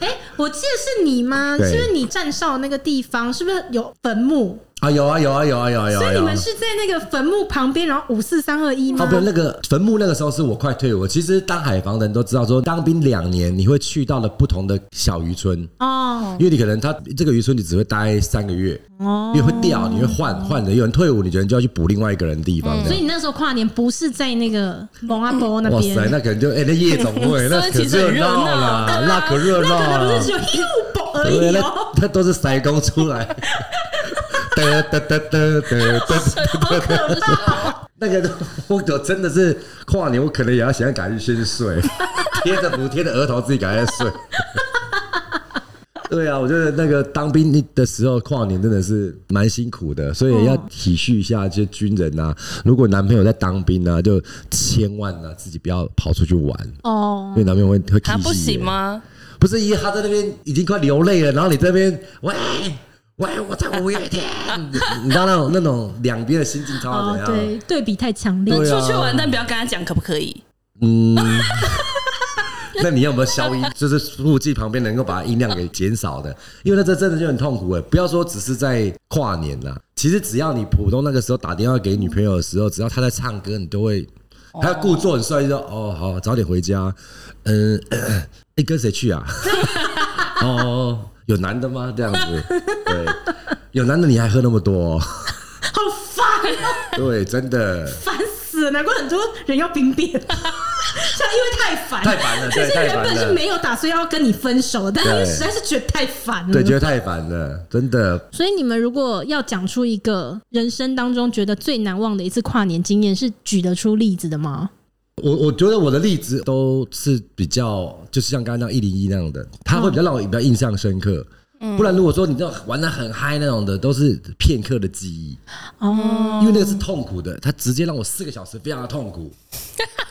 Speaker 2: 哎、我记得是你吗？是
Speaker 1: 对
Speaker 2: 不是你站哨那个地方是不是有坟墓？
Speaker 1: 啊，有啊有啊有啊有啊有啊，
Speaker 2: 所以你
Speaker 1: 有啊
Speaker 2: 们是在那个坟墓旁边，然后五四三二一
Speaker 1: 哦，
Speaker 2: 吗？
Speaker 1: 不，那个坟墓那个时候是我快退伍。其实当海防的人都知道说，当兵两年，你会去到了不同的小渔村，
Speaker 2: 哦
Speaker 1: 因为你可能他这个渔村你只会待三个月，
Speaker 2: 哦
Speaker 1: 因为会调，你会换换人，有人退伍，你可能就要去补另外一个人的地方。这
Speaker 2: 嗯所以
Speaker 1: 样
Speaker 2: 你那时候跨年不是在那个蒙阿波那
Speaker 1: 哇
Speaker 2: 边
Speaker 1: 塞，，那可能就哎、那夜总
Speaker 2: [laughs]
Speaker 1: 会那可热闹了，那可热闹
Speaker 2: 那可能
Speaker 1: 了
Speaker 2: 不是，只有一五宝而
Speaker 1: 对
Speaker 2: 已
Speaker 1: 那
Speaker 2: 哦。
Speaker 1: 那都是塞工出来。得得得得得得
Speaker 2: 好可怕、
Speaker 1: [laughs]
Speaker 2: 哦！
Speaker 1: 那个都我我真的是跨年，我可能也要想赶去先睡，贴着不贴着额头自己赶快睡。对啊，我觉得那个当兵的时候跨年真的是蛮辛苦的，所以要体恤一下这些军人啊。如果男朋友在当兵啊，就千万啊自己不要跑出去玩，因
Speaker 2: 哦，
Speaker 1: 为男朋友会会
Speaker 3: 他啊不
Speaker 1: 气死耶
Speaker 3: 行？吗？
Speaker 1: 不是，因为他在那边已经快流泪了，然后你这边喂喂，我在五月天，你知道那种那种两边的心境超
Speaker 2: 哦
Speaker 1: 啊怎，样？
Speaker 2: 对，对比太强烈
Speaker 1: 对。啊
Speaker 3: 出去玩，但不要跟他讲，可不可以？
Speaker 1: 嗯，
Speaker 2: [laughs]
Speaker 1: 那你有没有消音？就是路径旁边能够把音量给减少的，因为那这真的就很痛苦哎、不要说只是在跨年啦，其实只要你普通那个时候打电话给女朋友的时候，只要她在唱歌，你都会，她故作很帅，就说哦好，早点回家。嗯，哎、诶跟谁
Speaker 2: [laughs]
Speaker 1: 去啊？哦，有男的吗？这样子，对，有男的你还喝那么多、哦？
Speaker 2: 好烦 [laughs] 哦，
Speaker 1: 对，真的
Speaker 2: 烦死了！难怪很多人要兵变， [laughs] 像因为太烦，
Speaker 1: 太
Speaker 2: [laughs]
Speaker 1: 烦了，
Speaker 2: 就
Speaker 1: 对，
Speaker 2: 是
Speaker 1: 太
Speaker 2: 原
Speaker 1: 烦
Speaker 2: 本是
Speaker 1: 了，
Speaker 2: 没有打算要跟你分手，但是
Speaker 1: 对
Speaker 2: 实在是觉得太烦了。
Speaker 1: 对，觉得太烦了，真的
Speaker 2: 所以你们如果要讲出一个人生当中觉得最难忘的一次跨年经验，是举得出例子的吗？
Speaker 1: 我我觉得我的例子都是比较，就是像刚刚那一零一那样的，它会比较让我比较印象深刻。
Speaker 3: 嗯
Speaker 1: 不然如果说你这种玩的很嗨那种的，都是片刻的记忆，
Speaker 2: 哦，
Speaker 1: 因为那个是痛苦的，它直接让我四个小时非常的痛
Speaker 3: [laughs]
Speaker 1: 苦。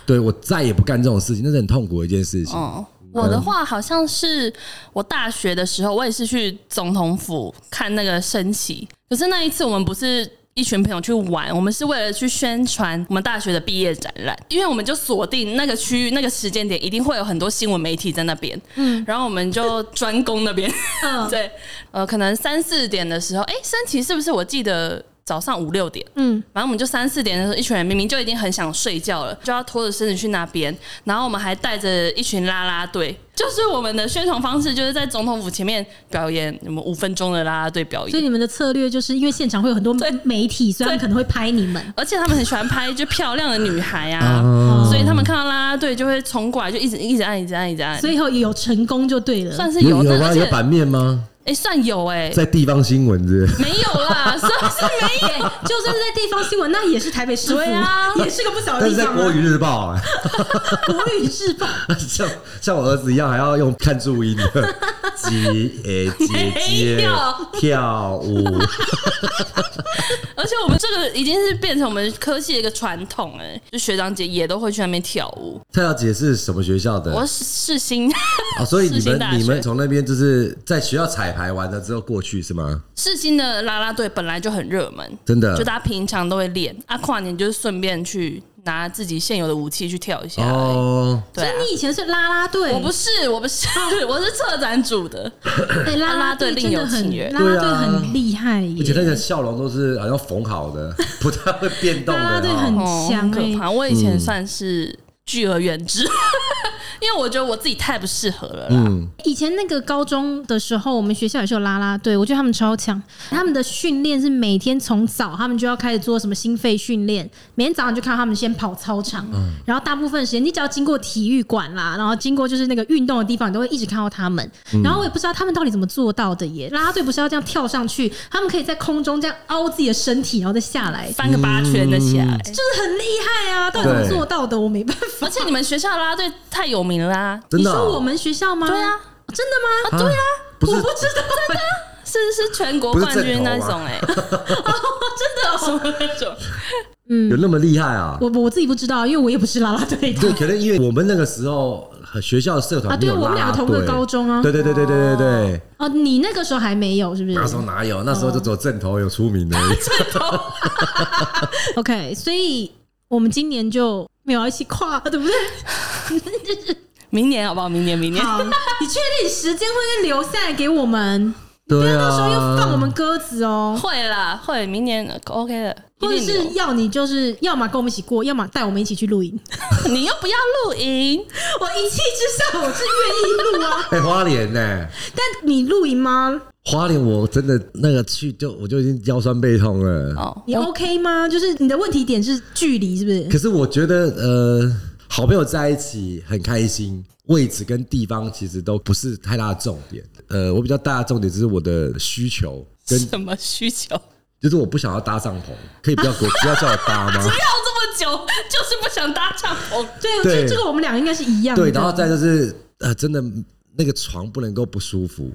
Speaker 1: 对我再也不干这种事情，那是很痛苦的一件事情。
Speaker 3: 哦，我的话好像是我大学的时候，我也是去总统府看那个升旗，可是那一次我们不是。一群朋友去玩，我们是为了去宣传我们大学的毕业展览，因为我们就锁定那个区域、那个时间点，一定会有很多新闻媒体在那边。嗯，然后我们就专攻那边。
Speaker 2: 嗯
Speaker 3: 对， [laughs] 呃，可能三四点的时候，哎、升旗是不是？我记得早上五六点，
Speaker 2: 嗯，
Speaker 3: 反正我们就三四点的时候，一群人明明就已经很想睡觉了，就要拖着身子去那边，然后我们还带着一群啦啦队，就是我们的宣传方式就是在总统府前面表演什么五分钟的啦啦队表
Speaker 2: 所以
Speaker 3: 演。
Speaker 2: 你们的策略就是因为现场会有很多
Speaker 3: 对
Speaker 2: 媒体，所以他们可能会拍你们。
Speaker 3: 而且他们很喜欢拍就漂亮的女孩啊，所以他们看到啦啦队就会冲过来，就一直一直按，一直按，一直按，
Speaker 2: 所以以后有成功就对了。
Speaker 3: 算是
Speaker 1: 有有
Speaker 3: 有，但而
Speaker 1: 吗？
Speaker 3: 且
Speaker 1: 有版面吗？
Speaker 3: 哎、算有哎、
Speaker 1: 在地方新闻
Speaker 3: [laughs]
Speaker 1: 是不是？
Speaker 3: 没有啦，算是没有。
Speaker 2: 就算是在地方新闻，那也是台北市府
Speaker 3: 对啊
Speaker 2: 也是个不小的
Speaker 1: 但是
Speaker 2: 地
Speaker 1: 在
Speaker 2: 方、
Speaker 1: 国语
Speaker 2: 啊。
Speaker 1: 日报啊，
Speaker 2: 国语日报，
Speaker 1: 像像我儿子一样，还要用看注音的， [laughs] 姐诶姐
Speaker 3: [laughs] 没
Speaker 1: 姐
Speaker 3: 有
Speaker 1: 跳舞。
Speaker 3: 而且我们这个已经是变成我们科系的一个传统哎、就学长姐也都会去那边跳舞。
Speaker 1: 蔡小姐是什么学校的？
Speaker 3: 我是世新，
Speaker 1: 哦，所以
Speaker 3: 世
Speaker 1: 你
Speaker 3: 新
Speaker 1: 们
Speaker 3: 大学
Speaker 1: 你们从那边就是在学校彩排完了之后过去是吗？
Speaker 3: 世新的啦啦队本来就很热门，
Speaker 1: 真的
Speaker 3: 就大家平常都会练啊，跨年就是顺便去拿自己现有的武器去跳一下而已。
Speaker 1: 哦，
Speaker 3: [laughs] 对啊
Speaker 2: 所以你以前是啦啦队，
Speaker 3: 我不是，我不是， [laughs] 我是策展组的。
Speaker 2: 对啦
Speaker 3: 啦
Speaker 2: 啦
Speaker 3: 队
Speaker 2: 哎队
Speaker 3: 另
Speaker 2: 真
Speaker 3: 有
Speaker 2: 的
Speaker 3: 其
Speaker 2: 很
Speaker 3: 人
Speaker 2: 啦啦
Speaker 1: 对
Speaker 2: 队
Speaker 1: 啊
Speaker 2: 很厉害
Speaker 1: 而且那
Speaker 2: 耶，
Speaker 1: 个笑容都是好像缝好的， [laughs] 不太会变动
Speaker 2: 啦啦
Speaker 1: 的
Speaker 2: 队
Speaker 1: 哦。
Speaker 2: 啊很强
Speaker 3: 可
Speaker 2: 哎、
Speaker 3: 怕！我以
Speaker 1: 嗯
Speaker 3: 前算是拒而远之， [laughs] 因为我觉得我自己太不适合了啦。
Speaker 1: 嗯，
Speaker 2: 以前那个高中的时候，我们学校也是有啦啦队，我觉得他们超强。他们的训练是每天从早，他们就要开始做什么心肺训练，每天早上就看到他们先跑操场，然后大部分时间你只要经过体育馆啦，然后经过就是那个运动的地方，你都会一直看到他们。然后我也不知道他们到底怎么做到的耶，啦啦队不是要这样跳上去，他们可以在空中这样凹自己的身体，然后再下来，
Speaker 3: 翻个八圈的起来，
Speaker 1: 嗯
Speaker 2: 就是很厉害啊！到底怎么
Speaker 1: 对
Speaker 2: 做到的？我没办法。
Speaker 3: 而且你们学校啦啦队太有名啦、
Speaker 1: 真的啊。
Speaker 2: 你说我们学校吗？
Speaker 3: 对啊，
Speaker 2: 真
Speaker 1: 啊，
Speaker 2: 的吗？
Speaker 1: 对啊，不是
Speaker 2: 我
Speaker 3: [laughs]
Speaker 2: 不知道，真的。
Speaker 3: 啊是是全国
Speaker 1: 不是
Speaker 3: 冠
Speaker 1: 正
Speaker 3: 军
Speaker 1: 头
Speaker 3: 那
Speaker 1: 吗
Speaker 3: 种哎、 [laughs]
Speaker 2: 真
Speaker 3: 什
Speaker 2: 的哦，
Speaker 3: 么那种， [laughs]
Speaker 1: 有那么厉害啊？
Speaker 2: 我我自己不知道，因为我也不是啦啦队的
Speaker 1: 对，。可能因为我们那个时候呃学校社团
Speaker 2: 啊对
Speaker 1: 没有
Speaker 2: 我们
Speaker 1: 啦
Speaker 2: 两
Speaker 1: 啦
Speaker 2: 个同个
Speaker 1: 队
Speaker 2: 高中啊
Speaker 1: 对对对对对对对，
Speaker 2: 哦，你那个时候还没有是不是
Speaker 1: 那时候哪
Speaker 2: 哦
Speaker 1: 有？那时候就走正头有出名的而已，
Speaker 2: ？OK，所以我们今年就没有要一起跨，对
Speaker 1: [laughs]
Speaker 2: 不对？
Speaker 3: 明年好不好？明年明年
Speaker 2: 好，你确定时间会留下来给我们？
Speaker 1: 对啊，
Speaker 2: 到时候又放我们鸽子哦，
Speaker 3: 会啦，会明年呃 OK 的，
Speaker 2: 或者
Speaker 3: 一定
Speaker 2: 是要你就是要么跟我们一起过，要么带我们一起去露
Speaker 3: [laughs]
Speaker 2: 营。
Speaker 3: 有 [laughs] 你又不要露营，
Speaker 2: 我一气之下，我是愿意录啊。
Speaker 1: 哎花莲呢？
Speaker 2: 但你露营吗？
Speaker 1: 花莲我真的那个去就我就已经腰酸背痛了。
Speaker 3: [laughs] 哦，
Speaker 2: 你 OK 吗？就是你的问题点是距离，是不是？
Speaker 1: 可是我觉得，呃，好朋友在一起很开心，位置跟地方其实都不是太大的重点。呃，我比较大的重点就是我的需求，跟
Speaker 3: 什么需求？ [laughs]
Speaker 1: 就是我不想要搭帐篷，可以不要给我不要叫我搭吗
Speaker 3: 不？要这么久， [laughs] 就是不想搭帐篷。
Speaker 2: 对，
Speaker 1: 对
Speaker 2: 这这个我们两个应该是一样的。
Speaker 1: 对，然后再就是，呃，真的那个床不能够不舒服。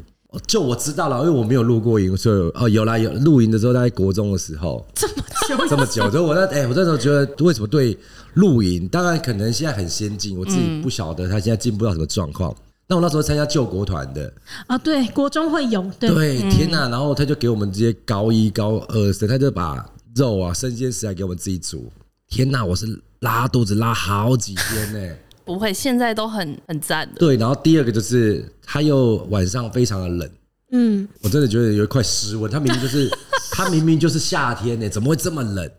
Speaker 1: 就我知道了，因为我没有露过营，所以哦有啦有露营的时候，大概国中的时候，
Speaker 2: 这么久，
Speaker 1: 这么久，所以我那哎、我那时候觉得为什么对露营，当然可能现在很先进，我自己不晓得他现在进步到什么状况。那我那时候参加救国团的，
Speaker 2: 啊，对，国中会有，对，嗯
Speaker 1: 对，天呐、然后他就给我们这些高一、高二生，他就把肉啊、生鲜食材给我们自己煮。天呐、我是拉肚子拉好几天呢、
Speaker 3: 不会，现在都很很赞的。
Speaker 1: 对，然后第二个就是他又晚上非常的冷，
Speaker 2: 嗯，
Speaker 1: 我真的觉得有一块湿温，他明明就是
Speaker 2: [laughs]
Speaker 1: 他明明就是夏天欸呢、怎么会这么冷？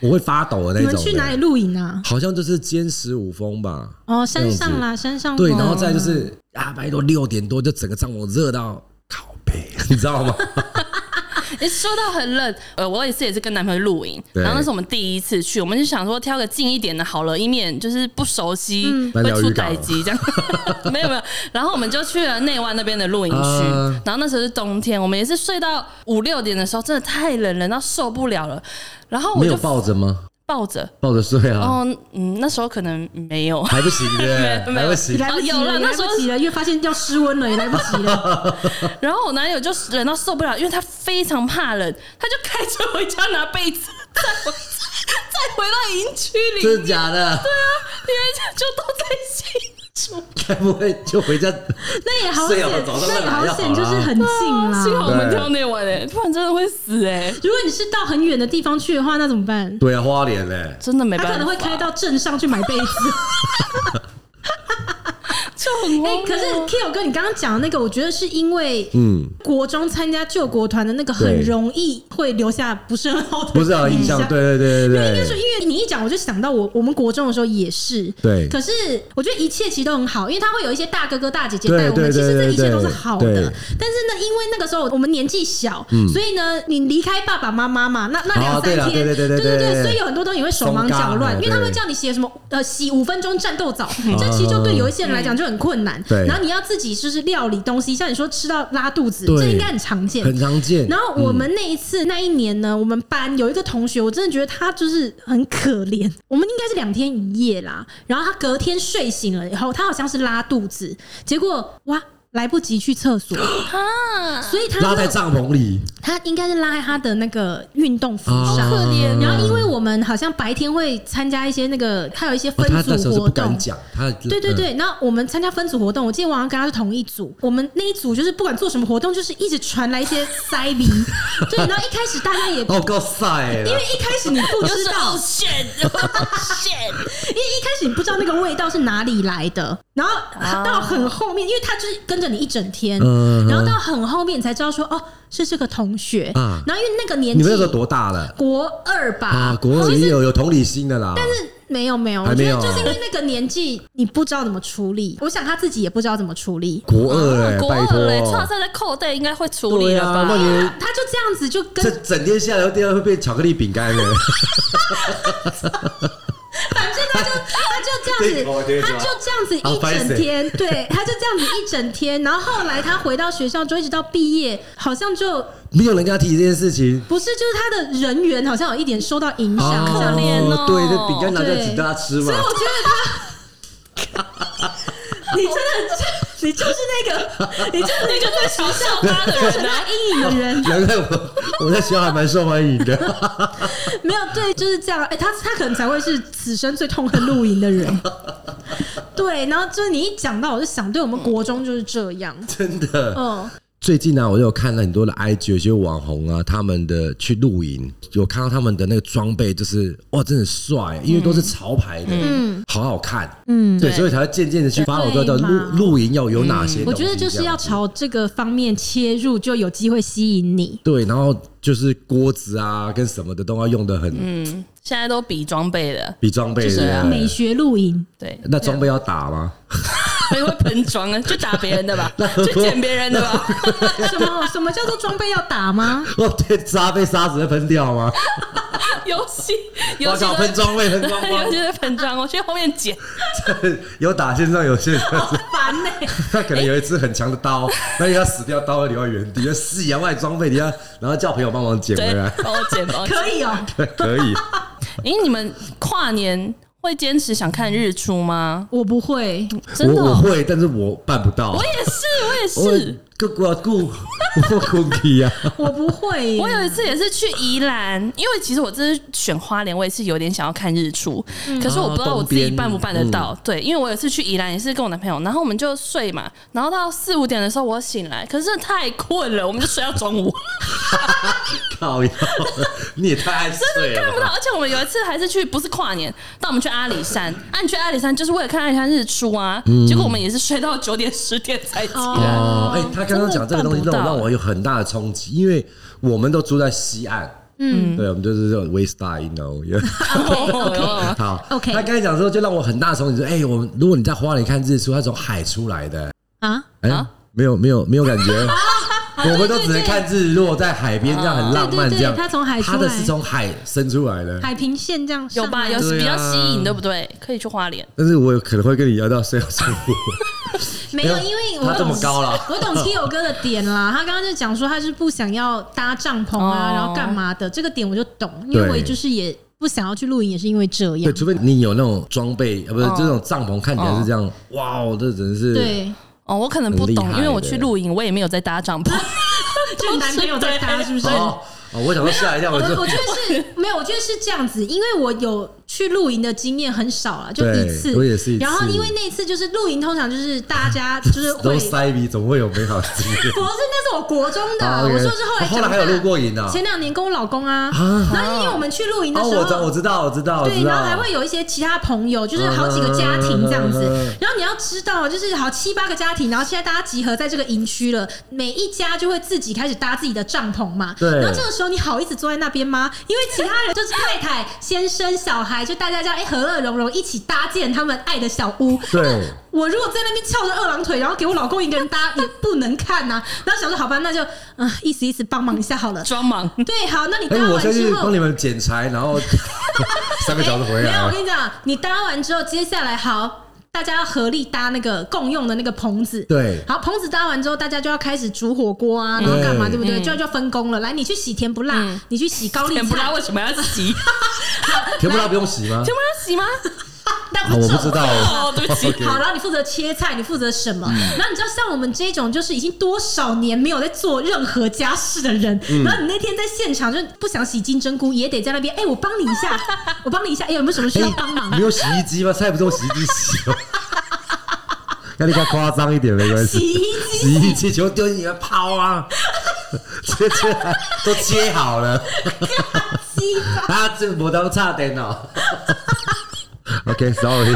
Speaker 1: 我会发抖的
Speaker 2: 你
Speaker 1: 那
Speaker 2: 们
Speaker 1: 种。
Speaker 2: 去哪里？露营啊？
Speaker 1: 好像就是坚持五峰吧。
Speaker 2: 哦，山上啦，山上
Speaker 1: 对，
Speaker 2: 哦
Speaker 1: 然后再就是啊，拜托六点多就整个帐篷热到靠背， [laughs] 你知道吗？
Speaker 3: 诶说到很冷，呃，我有一次也是跟男朋友露营，
Speaker 1: 对
Speaker 3: 然后那是我们第一次去，我们就想说挑个近一点的好了，以免就是不熟悉、
Speaker 1: 来
Speaker 3: 会
Speaker 1: 聊
Speaker 3: 出
Speaker 1: 渔港
Speaker 3: 歹
Speaker 1: [laughs]
Speaker 3: 机这样。没有没有，然后我们就去了内湾那边的露营区，
Speaker 1: 啊
Speaker 3: 然后那时候是冬天，我们也是睡到五六点的时候，真的太冷了，到受不了了。然后我
Speaker 1: 没有
Speaker 3: 就
Speaker 1: 抱着吗？
Speaker 3: 抱着，
Speaker 1: 抱着睡啊，
Speaker 3: 哦，嗯，那时候可能没有， [laughs]
Speaker 1: 还不行耶，
Speaker 2: [laughs]
Speaker 3: 没有
Speaker 1: 还不
Speaker 2: 你
Speaker 1: 行。
Speaker 2: 来不及
Speaker 3: 哦有了
Speaker 2: 了，你来
Speaker 3: 那时候
Speaker 2: 不及了，因为发现要失温了，也来不及
Speaker 1: [laughs]
Speaker 2: 了。
Speaker 3: 然后我男友就忍到受不了，因为他非常怕冷，他就开车回家拿被子，再回再回到营区里，因
Speaker 1: 真
Speaker 3: 为
Speaker 1: 的假的？
Speaker 3: 就都在新竹，
Speaker 1: 该不会就回家？
Speaker 2: 那也好
Speaker 1: 睡
Speaker 2: 险，
Speaker 1: 了早上
Speaker 2: 那也好
Speaker 1: 再来
Speaker 2: 险，
Speaker 1: 啊
Speaker 2: 就是很近啦。
Speaker 3: 啊幸好我们
Speaker 1: 对
Speaker 3: 挑那晚哎、不然真的会死哎、
Speaker 2: 如果你是到很远的地方去的话，那怎么办？
Speaker 1: 对啊，花莲嘞，
Speaker 3: 真的没
Speaker 2: 他
Speaker 3: 办法，
Speaker 2: 可能会开到镇上去买被子。
Speaker 3: [laughs] 就很
Speaker 2: 哎、
Speaker 3: 荒谬啊
Speaker 2: 可是 Ko 哥，你刚刚讲的那个，我觉得是因为
Speaker 1: 嗯，
Speaker 2: 国中参加救国团的那个，很
Speaker 1: 对
Speaker 2: 容易会留下不是很好的
Speaker 1: 不是很啊印象。对对对
Speaker 2: 应该
Speaker 1: 对
Speaker 2: 说，
Speaker 1: 对，
Speaker 2: 因为你一讲，我就想到我我们国中的时候也是。
Speaker 1: 对
Speaker 2: 可是我觉得一切其实都很好，因为他会有一些大哥哥大姐姐
Speaker 1: 对
Speaker 2: 带我
Speaker 1: 对
Speaker 2: 们，其实这
Speaker 1: 对
Speaker 2: 一切
Speaker 1: 对
Speaker 2: 都是好的
Speaker 1: 对。嗯
Speaker 2: 但是呢，因为那个时候我们年纪小，所以呢，你离开爸爸妈妈嘛，那那两
Speaker 1: 哦对
Speaker 2: 三
Speaker 1: 啦
Speaker 2: 天，
Speaker 1: 对对对
Speaker 2: 对
Speaker 1: 对对对
Speaker 2: 所以有很多东西你会手忙脚乱，
Speaker 1: 松
Speaker 2: 因
Speaker 1: 嘎
Speaker 2: 为他
Speaker 1: 对嗯
Speaker 2: 会叫你写什么呃洗五分钟战斗澡，这其实就对有一些人来讲就很困难。
Speaker 1: 对
Speaker 2: 然后你要自己就是料理东西，像你说吃到拉肚子，
Speaker 1: 对
Speaker 2: 这应该很常见。
Speaker 1: 很常见。
Speaker 2: 然后我们那一次、那一年呢，我们班有一个同学，我真的觉得他就是很可怜。我们应该是两天一夜啦，然后他隔天睡醒了以后，他好像是拉肚子，结果哇。来不及去厕所，
Speaker 3: 啊，
Speaker 2: 所以他
Speaker 1: 拉在帐篷里，
Speaker 2: 他应该是拉在他的那个运动服
Speaker 1: 啊
Speaker 2: 上
Speaker 1: 好可怜哦。
Speaker 2: 然后因为我们好像白天会参加一些那个，还有一些
Speaker 1: 哦
Speaker 2: 分
Speaker 1: 他那时
Speaker 2: 组
Speaker 1: 候是
Speaker 2: 活
Speaker 1: 不敢
Speaker 2: 动，
Speaker 1: 讲，他嗯
Speaker 2: 对对，对，那我们参加分组活动，我记得我好像跟他是同一组。我们那一组就是不管做什么活动，就是一直传来一些塞
Speaker 1: [laughs]
Speaker 2: 鼻。对，然后一开始大家也，因
Speaker 1: 嗯哦够晒
Speaker 2: 为
Speaker 1: 了，
Speaker 2: 一开始你不
Speaker 3: 就
Speaker 2: 知
Speaker 3: 是
Speaker 2: 道
Speaker 3: [laughs] 哦，shit shit，
Speaker 2: 因为一开始你不知道那个味道是哪里来的，然后到很后面，因为他就是跟着你一整天，
Speaker 1: 嗯
Speaker 2: 然后到很后面你才知道说，哦，是这个同学。
Speaker 1: 啊
Speaker 2: 然后因为那个年
Speaker 1: 你
Speaker 2: 纪
Speaker 1: 们那时候多大了
Speaker 2: 国二
Speaker 1: 啊？
Speaker 2: 吧，
Speaker 1: 国二也有有同理心的啦，但是
Speaker 2: 没有没有，我
Speaker 1: 还没
Speaker 2: 觉得
Speaker 1: 有啊
Speaker 2: 就是因为那个年纪，你不知道怎么处理。我想他自己也不知道怎么处理，
Speaker 1: 国
Speaker 2: 啊
Speaker 1: 二哎，
Speaker 3: 国
Speaker 1: 拜
Speaker 3: 二嘞，
Speaker 1: 托
Speaker 3: 欸差，在扣带应该会处理
Speaker 1: 对
Speaker 3: 了
Speaker 1: 啊，
Speaker 3: 吧？
Speaker 1: 那
Speaker 3: [laughs]
Speaker 1: 你
Speaker 2: 他就这样子就跟
Speaker 1: 这整天下来，第二会变巧克力饼干了。 [laughs]
Speaker 2: 反正他就他就这样子，他就这样子一整天，对，他就这样子一整天。然后后来他回到学校，就一直到毕业，好像就
Speaker 1: 没有人跟他提这件事情。
Speaker 2: 不是，就是他的人缘好像有一点受到影
Speaker 1: 啊
Speaker 2: 响，这样
Speaker 3: 可怜哦
Speaker 1: 对，这饼干拿
Speaker 2: 对哦
Speaker 1: 掉请大家吃嘛
Speaker 2: [laughs] 所以。我觉得他，你真的很你就是那个，你就是那个在学校
Speaker 3: 他的
Speaker 2: 造成
Speaker 3: 人啊
Speaker 2: 他阴影的人，
Speaker 1: 难怪我我在学校还蛮受欢迎的。 [laughs]
Speaker 2: 没有对，就是这样。哎、他他可能才会是此生最痛恨露营的人。对，然后就是你一讲到，我就想，对我们国中就是这样，真的，嗯，
Speaker 1: 最近呢、啊我就有看了很多的 IG，有些网红啊，他们的去露营，有看到他们的那个装备，就是哇，真的很帅，因为都是潮牌的，嗯，好好看，嗯，对，
Speaker 3: 对
Speaker 1: 所以才会渐渐的去发我
Speaker 2: 对
Speaker 1: 到到露
Speaker 2: 嘛嗯
Speaker 1: 露营要有哪些
Speaker 2: 我
Speaker 1: 东西这
Speaker 2: 觉
Speaker 1: 样子，
Speaker 2: 得就是要朝这个方面切入，就有机会吸引你。
Speaker 1: 对，然后就是锅子啊跟什么的都要用的很、
Speaker 2: 嗯
Speaker 3: 现在都比装备了，
Speaker 1: 比装备
Speaker 3: 就是
Speaker 1: 的、
Speaker 3: 啊
Speaker 2: 美学露营，
Speaker 3: 对，
Speaker 1: 那装备要打吗？ [laughs]
Speaker 3: 所以会喷装啊，就打别人的吧，去捡别人
Speaker 1: [laughs]
Speaker 3: 的吧，
Speaker 2: [laughs] 什么什么叫做装备要打吗？
Speaker 1: 哦，对，沙被沙子会喷掉吗？ [laughs]
Speaker 3: 游戏游
Speaker 1: 我
Speaker 3: 戏都
Speaker 1: 靠，喷装备喷光
Speaker 3: 尤 [laughs]
Speaker 1: 光
Speaker 3: 其，是粉妆，我去后面
Speaker 1: [laughs]
Speaker 3: 捡，
Speaker 1: 有打线上有线上，
Speaker 2: 烦呢、
Speaker 1: 他可能有一支很强的刀，
Speaker 3: 哎
Speaker 1: 那要死掉，刀会留在原地，要四言外装备，你要然后叫朋友帮忙捡回
Speaker 3: 对
Speaker 1: 来，，
Speaker 3: 帮我捡，帮我
Speaker 1: [laughs]
Speaker 3: 捡。
Speaker 2: 可以哦、
Speaker 1: 可以。
Speaker 3: 诶，你们跨年会坚持想看日出吗？
Speaker 2: 我不会，
Speaker 3: [laughs] 真的
Speaker 1: 我我
Speaker 3: 哦、
Speaker 1: 会，但是我办不到
Speaker 3: 我。也是，我也
Speaker 1: 我
Speaker 3: 是。
Speaker 1: 顾顾顾顾空气啊， [laughs]
Speaker 2: 我不会耶，
Speaker 3: 我有一次也是去宜兰，因为其实我这次选花莲，我也是有点想要看日出，可是我不知道我自己办不办得到。
Speaker 1: 哦嗯
Speaker 3: 对，因为我有一次去宜兰也是跟我男朋友，然后我们就睡嘛，然后到四五点的时候我醒来，可是太困了，我们就睡到
Speaker 1: [laughs]
Speaker 3: 中午，
Speaker 1: 靠腰，你也太爱睡
Speaker 3: 看
Speaker 1: 了
Speaker 3: 不到。
Speaker 1: 吧。
Speaker 3: 而且我们有一次还是去，不是跨年，但我们去阿里
Speaker 1: [laughs]
Speaker 3: 山，啊，你去阿里山就是为了看阿里山日出啊，
Speaker 1: 嗯
Speaker 3: 结果我们也是睡到九点十点才起
Speaker 1: [laughs]
Speaker 3: 来。
Speaker 1: 哦，哎、他刚刚讲这个东西让我
Speaker 3: 真的办不到
Speaker 1: 让我有很大的冲击，因为我们都住在西岸，嗯，对，我们就是这种 w e s t i n o w 好
Speaker 2: OK
Speaker 1: 他刚才讲说就让我很大的冲击，说，哎、我们如果你在花莲看日出，它从海出来的，
Speaker 2: 啊。
Speaker 1: 哎、
Speaker 3: 啊
Speaker 1: 没有没有没有感觉，
Speaker 2: [laughs]
Speaker 1: 我们都只能看日落在海边，这样很浪漫，
Speaker 2: 对对对
Speaker 1: 这样。
Speaker 2: 它从海出
Speaker 1: 它的
Speaker 2: 来
Speaker 1: 是从海伸出来的。
Speaker 2: 海平线这样上
Speaker 3: [laughs] 有吧？
Speaker 2: 来
Speaker 3: 有
Speaker 1: 对啊
Speaker 3: 比较吸引，对不对？可以去花莲。
Speaker 1: 但是我有可能会跟你聊到睡到中午，
Speaker 2: 没有？因为我
Speaker 1: 它这
Speaker 2: 懂
Speaker 1: 么高了，
Speaker 2: [laughs] 我懂 Tio 哥的点啦，他刚刚就讲说他是不想要搭帐篷啊，
Speaker 3: 哦
Speaker 2: 然后干嘛的，这个点我就懂，因为
Speaker 1: 对
Speaker 2: 我也就是也不想要去露营，也是因为这
Speaker 1: 对，
Speaker 2: 样。
Speaker 1: 除非你有那种装备，呃，不是
Speaker 3: 哦
Speaker 1: 这种帐篷看起来是这样，哇哦，这真是
Speaker 2: 对，
Speaker 3: 哦，我可能不
Speaker 1: 很厉
Speaker 3: 懂，
Speaker 1: 害
Speaker 3: 因为我
Speaker 1: 的
Speaker 3: 去露营，我也没有在搭帐篷。
Speaker 2: 就男朋友在搭是不是？
Speaker 1: 哦，哦我想说吓一跳，我
Speaker 2: 我
Speaker 1: 说
Speaker 2: 我觉得是 [laughs] 没有，我觉得是这样子，因为我有去露营的经验很少了，就
Speaker 1: 对
Speaker 2: 一次，
Speaker 1: 我也是一次
Speaker 2: 然后因为那次就是露营，通常就是
Speaker 1: [laughs]
Speaker 2: 大家就是会，
Speaker 1: 都
Speaker 2: 不是
Speaker 1: 塞鼻，总会有美好的经验。
Speaker 2: [laughs] 那是我国中的，
Speaker 1: 啊
Speaker 2: 我
Speaker 1: OK
Speaker 2: 说是后来
Speaker 1: 哦后来
Speaker 2: 长
Speaker 1: 还有
Speaker 2: 大
Speaker 1: 露过营啊
Speaker 2: 前两年跟我老公啊，
Speaker 1: 啊
Speaker 2: 然后因为我们去露营的
Speaker 1: 哦，
Speaker 2: 时
Speaker 1: 我知道，
Speaker 2: 候
Speaker 1: 我。知道，我知道，我
Speaker 2: 对，
Speaker 1: 哦知
Speaker 2: 然后还
Speaker 1: 道。
Speaker 2: 会有一些其他朋友，就是好几个家庭这样子
Speaker 1: 嗯嗯嗯嗯。
Speaker 2: 然后你要知道，就是好七八个家庭，然后现在大家集合在这个营区了，每一家就会自己开始搭自己的帐篷嘛。
Speaker 1: 对
Speaker 2: 然后这个时候你好意思坐在那边吗？因为其他人就是太太、 [laughs] 先生、小孩，就大家这样哎和乐融融一起搭建他们爱的小屋。
Speaker 1: 对，
Speaker 2: [laughs] 我如果在那边翘着二郎腿，然后给我老公一个人搭，也不能看呐、然后想说好吧，那就嗯、呃意思意思帮忙一下
Speaker 1: [laughs]
Speaker 2: 好了。
Speaker 3: 装忙，
Speaker 2: 对，好，那你搭
Speaker 1: 哎，我
Speaker 2: 完
Speaker 1: 下去
Speaker 2: 之后
Speaker 1: 帮，你们剪裁，然
Speaker 2: [laughs]
Speaker 1: 后三个小时回
Speaker 2: 没有，我
Speaker 1: 来啊
Speaker 2: 跟。你讲，你搭完之后，接下来好，大家要合力搭那个共用的那个棚子。。
Speaker 1: 对，
Speaker 2: 好，棚子搭完之后，大家就要开始煮火锅啊，然后干嘛，
Speaker 1: 嗯
Speaker 2: 对不对？就要就分工了。来，你去洗甜不辣，
Speaker 3: 嗯
Speaker 2: 你去洗高丽
Speaker 3: 天不
Speaker 2: 菜啊
Speaker 3: 辣，为什么要洗？ [laughs] 天
Speaker 1: 甜不辣不用洗吗？
Speaker 3: 不辣洗吗？
Speaker 2: 但
Speaker 1: 啊我不
Speaker 2: 重
Speaker 1: 知
Speaker 2: [laughs]
Speaker 1: 道
Speaker 3: 哦，
Speaker 1: [laughs]
Speaker 3: 对不起
Speaker 1: OK
Speaker 2: 好，然后你负责切菜，你负责什么？
Speaker 1: 嗯
Speaker 2: 然后你知道，像我们这种就是已经多少年没有在做任何家事的人，
Speaker 1: 嗯
Speaker 2: 然后你那天在现场就不想洗金针菇，也得在那边，哎、我帮你一下，我帮你一下，哎、有没有什么需要帮忙
Speaker 1: 没？有洗衣机吗？菜不是用洗衣机洗吗？那你该夸张一点没关
Speaker 2: 洗
Speaker 1: 系，
Speaker 2: 衣机
Speaker 1: 洗衣机球丢进去抛啊，切切啊都切好了，
Speaker 2: 机吧。
Speaker 1: 啊，这个我当差点哦。OK，sorry，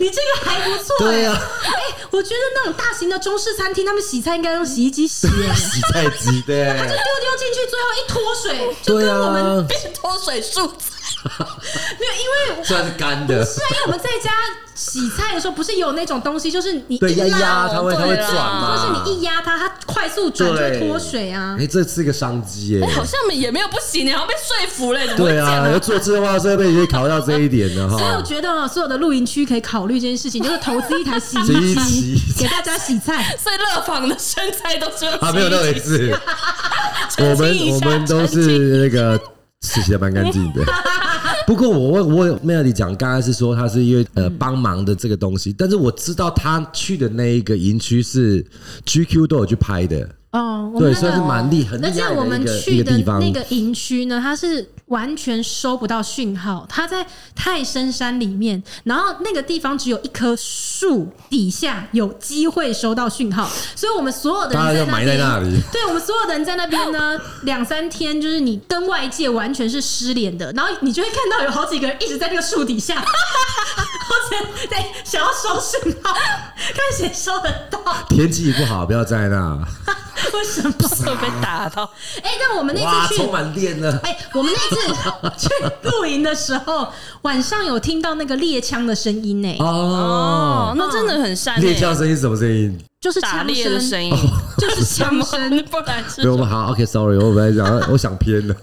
Speaker 2: 你这个还不错、欸，
Speaker 1: 对啊
Speaker 2: 哎、我觉得那种大型的中式餐厅，他们洗菜应该用洗衣机洗、欸，
Speaker 1: 洗菜机对，
Speaker 2: 丢丢进去，最后一脱水，就
Speaker 1: 对
Speaker 2: 跟我们、
Speaker 1: 啊，
Speaker 3: 变脱水哎素材，
Speaker 2: 没有，因为
Speaker 1: 算是干的，
Speaker 2: 是啊，因为我们在家洗菜的时候，不是有那种东西，就是你
Speaker 1: 对，
Speaker 2: 一
Speaker 1: 压
Speaker 2: 拉，
Speaker 1: 压它会它会
Speaker 3: 对啦
Speaker 1: 转
Speaker 2: 或是
Speaker 1: 嘛，
Speaker 2: 你一压它，它快速转就会脱水啊。
Speaker 1: 哎，这是个商机耶。
Speaker 3: 好像也没有不行，你好像被说服了，怎么会
Speaker 1: 对
Speaker 3: 这样
Speaker 1: 啊，要？做智能化设备也可以考虑到这一点的
Speaker 2: 所以我
Speaker 1: 哈。
Speaker 2: 觉得所有的露营区可以考虑这件事情，就是投资一台洗
Speaker 1: 洗衣
Speaker 2: 衣机
Speaker 1: 机
Speaker 2: 给大家洗菜。
Speaker 3: 所以乐坊的生菜都是用
Speaker 1: 啊，没有那
Speaker 3: 洗
Speaker 1: 回
Speaker 3: 衣 [laughs] 机
Speaker 1: 事，我
Speaker 3: 澄
Speaker 1: 们
Speaker 3: 清一
Speaker 1: 我
Speaker 3: 下
Speaker 1: 们都
Speaker 3: 澄
Speaker 2: [laughs]
Speaker 3: 清
Speaker 1: 是那个洗的蛮干净的。不过我问我问 Melody 讲，刚刚是说他是因为呃帮忙的这个东西，但是我知道他去的那一个营区是 GQ 都有去拍的，
Speaker 2: 哦，我们
Speaker 1: 对，
Speaker 2: 那
Speaker 1: 算是
Speaker 2: 个。
Speaker 1: 蛮厉很厉
Speaker 2: 而且
Speaker 1: 害
Speaker 2: 我
Speaker 1: 的
Speaker 2: 们
Speaker 1: 一个一
Speaker 2: 去
Speaker 1: 个
Speaker 2: 的
Speaker 1: 地方。
Speaker 2: 那个营区呢，它是完全收不到讯号，它在太深山里面，然后那个地方只有一棵树底下有机会收到讯号，所以我们所有的
Speaker 1: 当然
Speaker 2: 人
Speaker 1: 要
Speaker 2: 在那
Speaker 1: 埋在
Speaker 2: 边，
Speaker 1: 那里
Speaker 2: 对我们所有的人在那边呢，两三天就是你跟外界完全是失联的，然后你就会看到有好几个人一直在那个树底下， [laughs] 好几在想要收讯号，看谁收得到，
Speaker 1: 天气不好，不要在那。
Speaker 2: 为什么？
Speaker 3: 会被打到。
Speaker 2: 哎、但我们那
Speaker 1: 哇，
Speaker 2: 次去
Speaker 1: 充满电了。
Speaker 2: [laughs] 哎、我们那次 [laughs] 去露营的时候，晚上有听到那个猎枪的声音呢、
Speaker 1: 哦
Speaker 3: 哦，，那真的很善
Speaker 1: 猎
Speaker 3: 欸，
Speaker 1: 枪声音是什么声音？
Speaker 2: 就是
Speaker 3: 打
Speaker 2: 枪
Speaker 3: 猎的声音， [laughs]
Speaker 2: 就是
Speaker 3: 什
Speaker 2: 枪
Speaker 3: 么
Speaker 2: 声，？
Speaker 3: 不然是
Speaker 1: 对，我们好，OK，Sorry，我本来想，我想
Speaker 2: [laughs]
Speaker 1: 偏了。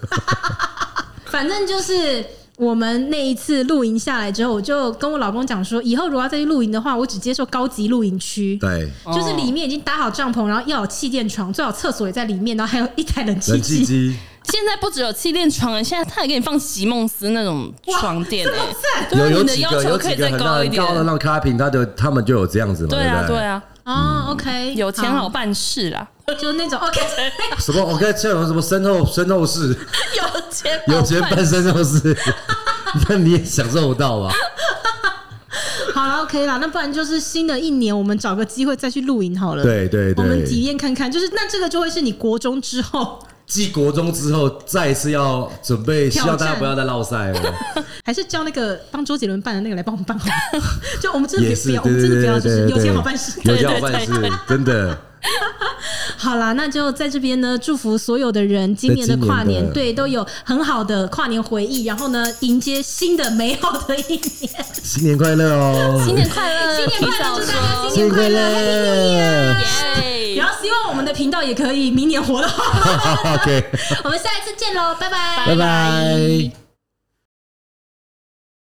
Speaker 2: 反正就是。我们那一次露营下来之后，我就跟我老公讲说，以后如果要再去露营的话，我只接受高级露营区，
Speaker 1: 对，
Speaker 2: 就是里面已经搭好帐篷，然后要有气垫床，最好厕所也在里面，然后还有一台冷气
Speaker 1: 冷气
Speaker 2: 机。
Speaker 1: 机，
Speaker 3: 现在不只有气垫床了，现在他也给你放席梦思那种床垫、
Speaker 2: 哇这
Speaker 3: [laughs]
Speaker 2: 么
Speaker 1: 有
Speaker 3: 欸，就是
Speaker 1: 有
Speaker 3: 你的
Speaker 1: 几
Speaker 3: 要
Speaker 1: 个
Speaker 3: 求
Speaker 1: 有
Speaker 3: 可
Speaker 1: 几
Speaker 3: 以
Speaker 1: 个
Speaker 3: 再
Speaker 1: 很大
Speaker 3: 高一
Speaker 1: 很
Speaker 3: 点。
Speaker 1: 高的那种咖品，他的他们就有这样子嘛，
Speaker 3: 对啊，
Speaker 1: 不
Speaker 3: 对
Speaker 1: 对？
Speaker 3: 啊，
Speaker 2: [laughs] 哦，OK，
Speaker 3: 嗯有钱好
Speaker 2: 好，
Speaker 3: 办事啦，
Speaker 2: 就是那种 OK， [laughs]
Speaker 1: 什么？哦我刚才有什么身后身后事？
Speaker 3: [laughs] 有钱 [laughs] 好
Speaker 1: 有钱办身后事， [laughs] 那你也享受不到
Speaker 3: [laughs]
Speaker 1: 吧？
Speaker 2: 好了，OK 啦，那不然就是新的一年，我们找个机会再去露营好了。
Speaker 1: 对对
Speaker 2: 我们体
Speaker 1: 对，
Speaker 2: 验看看，就是那这个就会是你国中之后，
Speaker 1: 继国中之后，再一次要准备，希
Speaker 2: 挑战
Speaker 1: 望大家不要再落赛了。
Speaker 3: [laughs]
Speaker 2: 还是叫那个帮周杰伦办的那个来帮我们办好了， [laughs] 就我们真的
Speaker 1: 也
Speaker 2: 不
Speaker 1: 是，
Speaker 2: 要，我
Speaker 1: 对
Speaker 2: 们
Speaker 1: 对
Speaker 2: 真的不要，
Speaker 1: 对对
Speaker 2: 就是
Speaker 1: 对，
Speaker 2: 有钱好办
Speaker 1: [laughs]
Speaker 2: 事。
Speaker 1: 有钱好办
Speaker 3: 对对对
Speaker 1: 事，真的。
Speaker 2: 好啦，那就在这边呢，祝福所有的人今年的跨
Speaker 1: 今年
Speaker 2: 年，
Speaker 1: 的
Speaker 2: 对，都有很好的跨年回忆，然后呢，迎接新的美好的一
Speaker 1: [laughs]
Speaker 2: 年。
Speaker 1: 新年快乐哦！
Speaker 3: 新年快乐，
Speaker 2: 新年快乐，祝
Speaker 3: 提
Speaker 2: 大
Speaker 3: 早
Speaker 2: 家
Speaker 3: 说
Speaker 2: 嗯新年快乐
Speaker 1: 乐
Speaker 3: 耶
Speaker 2: 然后希望我们的频道也可以明年活得好。
Speaker 1: ！OK，
Speaker 2: 我们下一次见喽，拜拜，
Speaker 1: 拜拜。